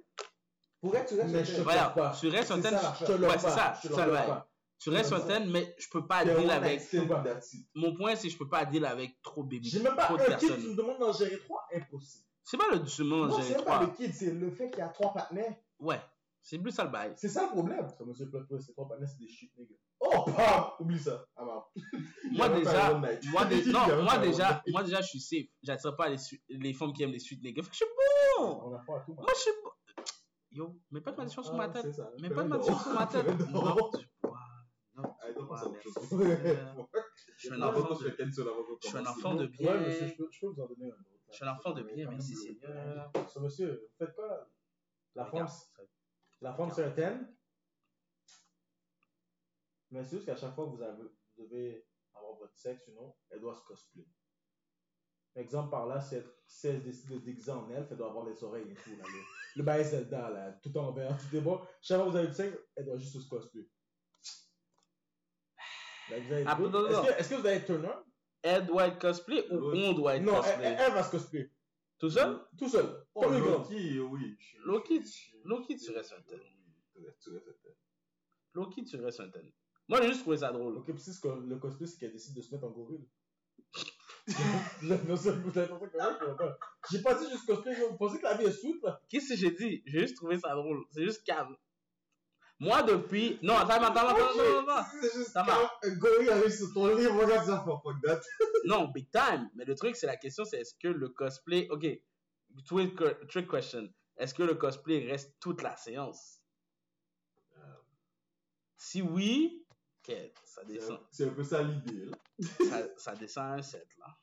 Pourrais tu mais je te restes le un 10? Regarde, pas. tu restes un C'est 10. ça, Je te le Ouais, pas. c'est ça, Je te c'est ça, le ouais. pas. Tu restes un 10, mais je peux pas T'es deal one avec. night stand, Quoi? that's it. Mon point, c'est que je peux pas deal avec trop bébé. J'ai même pas Trop de un kid, personnes. tu me demandes d'en gérer trois, impossible. C'est pas le doucement, Non, j'ai c'est même pas trois. le kid, c'est le fait qu'il y a 3 partenaires. Ouais, c'est plus ça le bail. C'est ça le problème. Ça, monsieur Plot Twist, c'est trois panneaux, c'est des shit, les gars. Oh, pam! Oublie ça. Ah, bah, Moi Il y a même pas déjà, un one night. moi, dé- Il y a même non, moi pas un one déjà, night. moi déjà, je suis safe. J'attire pas les, su- les femmes qui aiment les suites niggas. Fait que je suis bon. On a pas à tout, man. Moi, je suis bon. Yo, mets pas de maldition sur ma hein. Ah, tête. c'est ça. Mets pas de Non. maldition sur ma tête. Non. Non, tu vois. oh, Non, Allez, tu donc, on vois, s'en merci. fout. Euh, Je suis un Non, enfant donc, je de, vais cancel avant qu'on je hein, suis un commence. enfant de bien. Ouais, monsieur, je peux, je peux vous en donner un autre. là. Je suis un enfant de bien, merci Seigneur. Ce monsieur, vous faites quoi là La forme, Regarde. la forme c'est un thème. Mais c'est juste qu'à chaque fois que vous, avez, vous devez avoir votre sexe ou non, elle doit se cosplayer. Exemple par là, si elle, si elle décide de se déguiser en elfe, elle doit avoir les oreilles et tout. Là, le le bail Zelda, là, tout en vert, tout est bon. Chaque fois que vous avez du sexe, elle doit juste se cosplayer. Là, vous avez- Ah, non, non, non. Est-ce que, est-ce que vous avez turn on Elle doit être cosplay ou L'autre. on doit être Non, elle, cosplay? elle- elle va se cosplayer. Tout seul? Tout seul. Oh, comme une grande. Loki, oui. je- Loki, je- je- Loki, tu restes un tel. Oui, tu restes- tu restes un tel. Loki, tu restes un tel. Moi, j'ai juste trouvé ça drôle. Ok, puis c'est ce que le cosplay, c'est qu'elle décide de se mettre en gorille. J'ai l'impression que vous avez pensé que ouais, que, ouais. J'ai pas dit juste cosplay, vous pensez que la vie est souple là Qu'est-ce que j'ai dit J'ai juste trouvé ça drôle. C'est juste calme. Moi, depuis. Non, attends, attends, attends, attends, attends, attends. C'est juste Ça va. quand un gorille arrive sur ton lit, regarde ça, fuck, fuck that. Non, big time. Mais le truc, c'est la question c'est est-ce que le cosplay. Ok. Trick trick question. Est-ce que le cosplay reste toute la séance Si oui. ok, ça Euh. C'est descend. un- C'est un peu ça l'idée, là. ça, ça descend à un 7, là.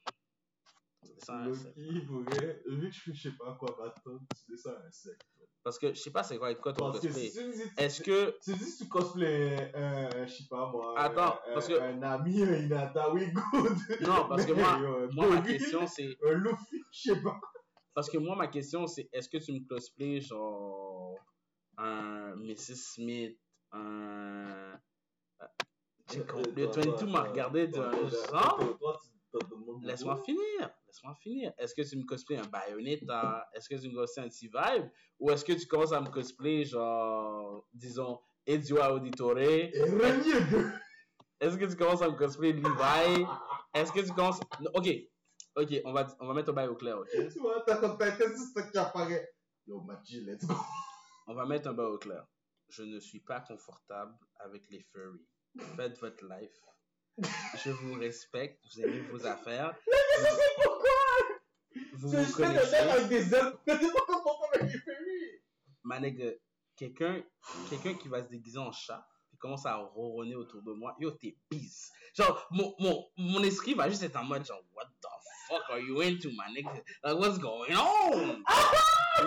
Ça, c'est- Loki pourrait, vu que je sais pas à quoi m'attendre, tu descends un sec. Parce que je sais pas c'est quoi, quoi ton Parce que si cosplay. tu me dis, Est-ce que. tu, dis que tu cosplay un, un- je sais pas moi, Attends, un, parce un- que- un ami, un Inata, oui, good. Non, parce que Mais, moi, euh, moi ma Gogi, question c'est. Un Luffy, je sais pas. Parce que moi, ma question c'est est-ce que tu me cosplays genre. Un Mrs. Smith, un. J'ai Euh, con- Le Euh, Toi, 22 toi, m'a toi, regardé toi, d'un toi, genre. toi, Toi, tu te demandes. Laisse-moi finir. Laisse-moi finir. Est-ce que tu me cosplays un Bayonetta? Est-ce que tu me cosplays un T-Vibe? Ou est-ce que tu commences à me cosplayer, genre, disons, Ezio Auditore? Et Renier de. Est-ce que tu commences à me cosplayer Levi? Est-ce que tu commences... Non, ok. Ok, on va, on va mettre un bail au clair, ok? Tu vois, t'as comme t'as été juste qui apparaît. Yo, Maji, let's go. On va mettre un bail au clair. Je ne suis pas confortable avec les furries. Faites votre life. Je vous respecte. Vous aimez vos affaires. Vous, C'est vous juste le mec connaissez. avec des ailes. Mais t'es pas content avec les furries. ma nègre, quelqu'un quelqu'un qui va se déguiser en chat qui commence à ronronner autour de moi, yo, t'es bise. Genre, mon, mon, mon esprit va juste être en mode, genre, what the fuck are you into, ma nègre? Like, what's going on?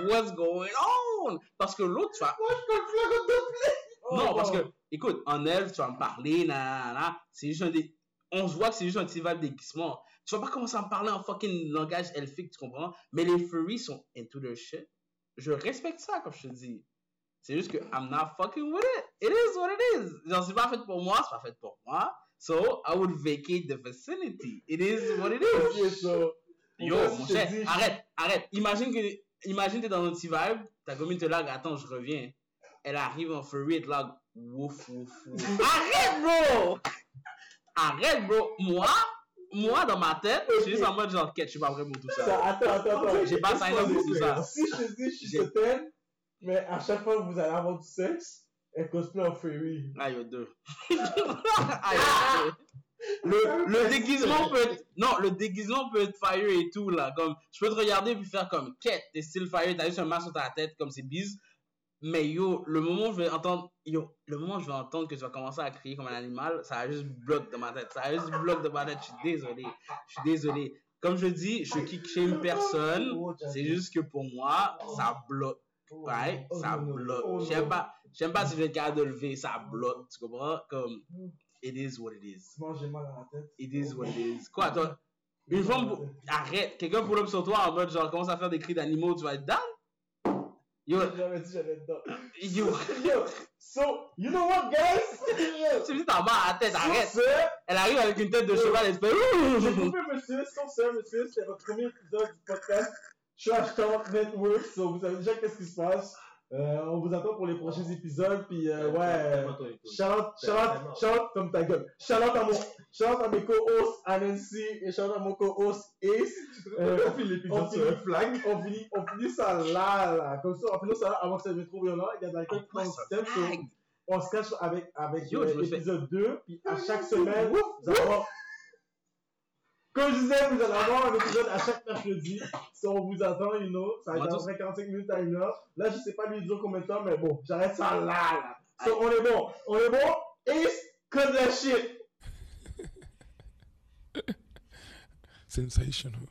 What's going on? Parce que l'autre, tu vas... Moi, je comprends comme de plaisir. non, parce que, écoute, en elle, tu vas me parler, là, là, c'est juste un dé- On se voit que c'est juste un petit vibe déguisement. Tu vas pas commencer à me parler en fucking langage elfique, tu comprends? Mais les furries sont into their shit. Je respecte ça, comme je te dis. C'est juste que I'm not fucking with it. It is what it is. Genre, c'est pas fait pour moi, c'est pas fait pour moi. So, I would vacate the vicinity. It is what it is. Ok, so, Yo, Moi, mon je te cher, dis- arrête, arrête. Imagine que, imagine t'es dans un petit vibe, ta commune te largue, attends, je reviens. Elle arrive en furry et te largue, wouf, wouf, wouf. Arrête, bro! Arrête, bro! Moi, moi, dans ma tête, je suis juste en mode genre, quête, je suis pas prêt pour tout ça. Ça, attends, attends, attends. J'ai pas signé pour tout ça. Si je te dis, je suis certaine, mais à chaque fois que vous allez avoir du sexe, elle cosplay en furry. Ah, yo, deux. Ah, yo, deux. Le, le déguisement peut être, non, le déguisement peut être fire et tout, là. Comme, je peux te regarder puis faire comme, quête, t'es style fire, t'as juste un masque sur ta tête, comme c'est bise. Mais yo, le moment où je vais entendre, yo, le moment où je vais entendre que tu vas commencer à crier comme un animal, ça a juste bloc dans ma tête. Ça a juste bloc dans ma tête. Je suis désolé. Je suis désolé. Comme je dis, je kick shame personne. C'est juste que pour moi, ça bloque. Ouais, ça bloque. j'aime pas, j'aime pas si je vais être capable de lever, ça bloque. Tu comprends? Comme, it is what it is. Moi, j'ai mal à la tête. It is what it is. Quoi, toi? Une femme, pour- arrête. Quelqu'un pull up sur toi en mode genre, commence à faire des cris d'animaux, tu vas être down? Yo, J'ai jamais dit j'allais dedans. yo, Yo, so, you know what, guys? tu me dis t'en bats à la tête, Sur arrête. ce, Elle arrive avec une tête de cheval, elle se J'ai fait. trouvé monsieur, sans ça, monsieur, c'est votre premier épisode du podcast Trash Talk Network, so vous savez déjà qu'est-ce qui se passe. Euh, on vous attend pour les prochains épisodes, puis euh, ouais, shout-out, shout-out, shout-out comme ta gueule. Shout-out à, mon, shout-out à mes co-hosts Anansi et shout-out à mon co-host Ace. Euh, on finit on l'épisode finit- sur un flag. on, finit, on finit ça là, là, comme ça, on finit ça là avant que ça ne trouve là, il y a de la On quête dans le passe un système, so flag. on se cache avec, avec Yo, euh, je me fais- l'épisode 2, puis à chaque semaine, vous allez avoir... Comme je disais, vous allez avoir un épisode à chaque mercredi. Si on vous attend, you know, ça va Moi, être tout- 55 minutes à une heure. Là, je sais pas lui dire combien de temps, mais bon, j'arrête ça là, là. So, on est bon, on est bon, it's cause that shit. Sensational.